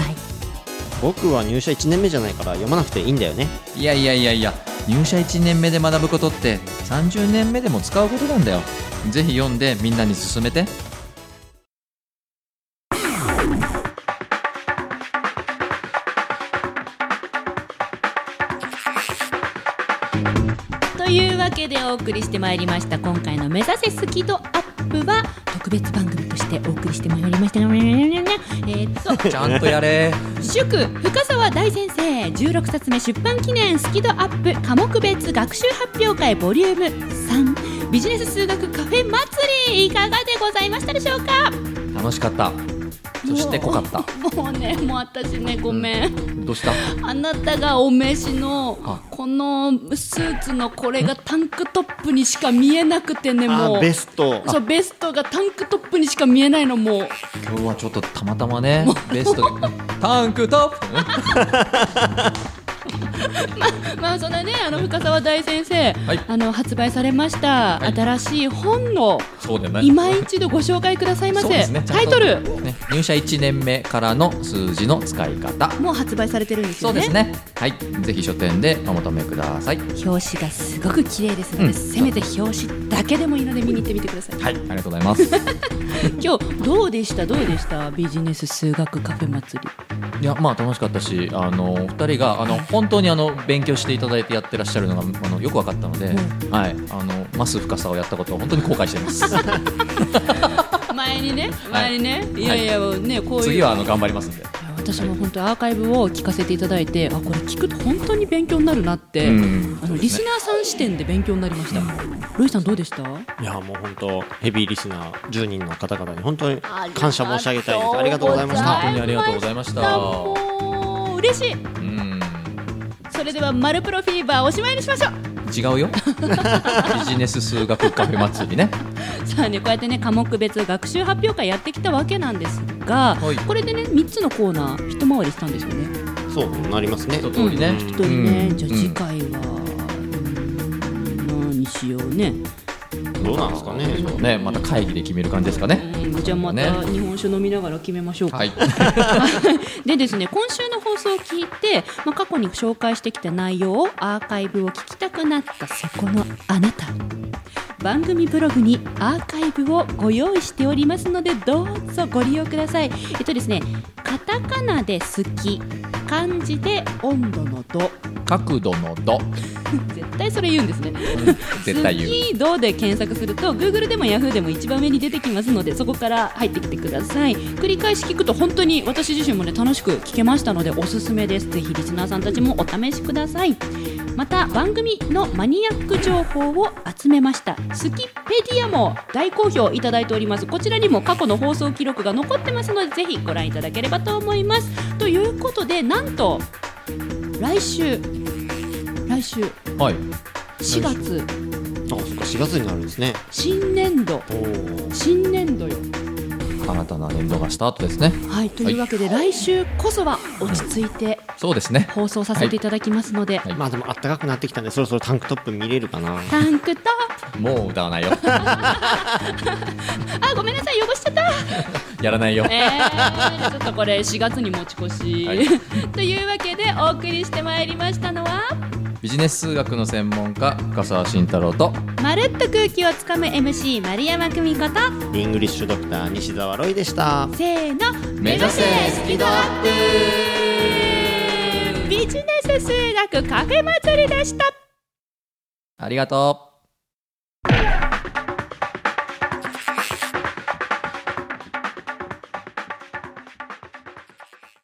Speaker 3: 僕は入社1年目じゃないから読まなくていいんだよね
Speaker 1: いやいやいやいや入社1年目で学ぶことって30年目でも使うことなんだよぜひ読んでみんなに勧めて
Speaker 2: というわけでお送りしてまいりました今回の「目指せスキドアップ」は特別番組としてお送りしてまいりましたえーっと
Speaker 1: ちゃんとやれ
Speaker 2: 祝深沢大先生16冊目出版記念スキドアップ科目別学習発表会ボリューム3ビジネス数学カフェ祭りいかがでございましたでしょうか
Speaker 1: 楽しかったそして濃かった
Speaker 2: もうねもう私ねごめん
Speaker 1: どうした
Speaker 2: あなたがお召しの
Speaker 1: あ
Speaker 2: このスーツのこれがタンクトップにしか見えなくてね
Speaker 3: あ
Speaker 2: も
Speaker 3: ー
Speaker 2: う
Speaker 3: ベスト
Speaker 2: そうベストがタンクトップにしか見えないのもう
Speaker 1: 今日はちょっとたまたまねベストでタンクトップね
Speaker 2: まあそのねあの深澤大先生、
Speaker 1: はい
Speaker 2: あの発売されました、
Speaker 1: はい
Speaker 2: 新しい本の
Speaker 1: そうだよ
Speaker 2: 今一度ご紹介くださいませ、
Speaker 1: そうですねちゃん
Speaker 2: タイ
Speaker 1: と
Speaker 2: トル
Speaker 1: ね入社1年目からの数字の使い方
Speaker 2: もう発売されてるんです
Speaker 1: そうですねはいぜひ書店でお求めください
Speaker 2: 表紙がすごく綺麗ですので、
Speaker 1: うん
Speaker 2: せめて表紙だけでもいいので見に行ってみてください
Speaker 1: はいありがとうございます
Speaker 9: 今日どうでしたどうでしたビジネス数学カフェ祭り
Speaker 1: いやまあ楽しかったしあのお二人があの本当にあの勉強していただいてやってらっしゃるのがあのよく分かったので、はい、あのマス深さをやったことを本当に後悔しています。
Speaker 4: 前にね
Speaker 1: は
Speaker 4: 前
Speaker 1: い
Speaker 4: にね、い、やいやねこういう
Speaker 1: 次はあの頑張りますんで。
Speaker 4: いや私も本当アーカイブを聞かせていただいてあこれ聞くと本当に勉強になるなって、
Speaker 1: うん
Speaker 4: あのリスナーさん視点で勉強になりました、ロイさんどうでした
Speaker 3: いやもう本当ヘビーリスナー10人の方々に本当に感謝申し上げたいですありがとうございまし
Speaker 1: 本当
Speaker 3: た
Speaker 1: にありがとうございました。
Speaker 2: もう嬉しい
Speaker 1: うん、
Speaker 2: それではマルプロフィーバーおしまいにしましょう
Speaker 1: 違うよ。ビジネス数学カフェ祭りね。
Speaker 2: さあねこうやってね科目別学習発表会やってきたわけなんですが、
Speaker 1: はい
Speaker 2: これでね3つのコーナー一回りしたんですよね
Speaker 3: そうなりますね
Speaker 1: 一通りね。
Speaker 3: うん
Speaker 2: 一人ね、
Speaker 1: うん
Speaker 2: じゃあ次回は、うん、何しようね
Speaker 3: どうなんですかね
Speaker 1: そうね、また会議で決める感じですかね。
Speaker 4: うんじゃあまた日本酒飲みながら決めましょうか、
Speaker 1: はい。
Speaker 2: でですね今週の放送を聞いて、まあ、過去に紹介してきた内容をアーカイブを聞きたくなったそこのあなた番組ブログにアーカイブをご用意しておりますのでどうぞご利用くださいえっとですねカタカナで好き漢字で温度の度
Speaker 1: 角度の度、
Speaker 2: 絶対それ言うんですね
Speaker 1: 絶対言う。
Speaker 2: スキードで検索すると Google でも Yahoo でも一番目に出てきますのでそこから入ってきてください繰り返し聞くと本当に私自身もね楽しく聞けましたのでおすすめですぜひリスナーさんたちもお試しくださいまた番組のマニアック情報を集めましたスキペディアも大好評いただいておりますこちらにも過去の放送記録が残ってますのでぜひご覧いただければと思いますということでなんと来週来週
Speaker 1: はい。
Speaker 2: 4月
Speaker 3: あそっか4月になるんですね
Speaker 2: 新年度
Speaker 3: おー
Speaker 2: 新年度よ
Speaker 1: 新たな年度がスタートですね。
Speaker 2: はいというわけで、来週こそは落ち着いて
Speaker 1: そうですね。
Speaker 2: 放送させていただきますので、
Speaker 1: はい
Speaker 3: まあでも暖かくなってきたんでそろそろタンクトップ見れるかな
Speaker 2: タンクトッ
Speaker 1: もう歌わないよ。
Speaker 2: プあごめんなさい汚しちゃった
Speaker 1: やらないよ。
Speaker 2: えー、ちょっとこれ4月に持ち越し、
Speaker 1: はい
Speaker 2: というわけでお送りしてまいりましたのは
Speaker 1: ビジネス数学の専門家深澤慎太郎と
Speaker 2: まるっと空気をつかむ MC 丸山久美子と
Speaker 3: イングリッシュドクター西澤ロイでした
Speaker 2: せーの
Speaker 1: 目指せスピードアッ
Speaker 2: ビジネス数学カフェ祭りでした
Speaker 1: ありがとう。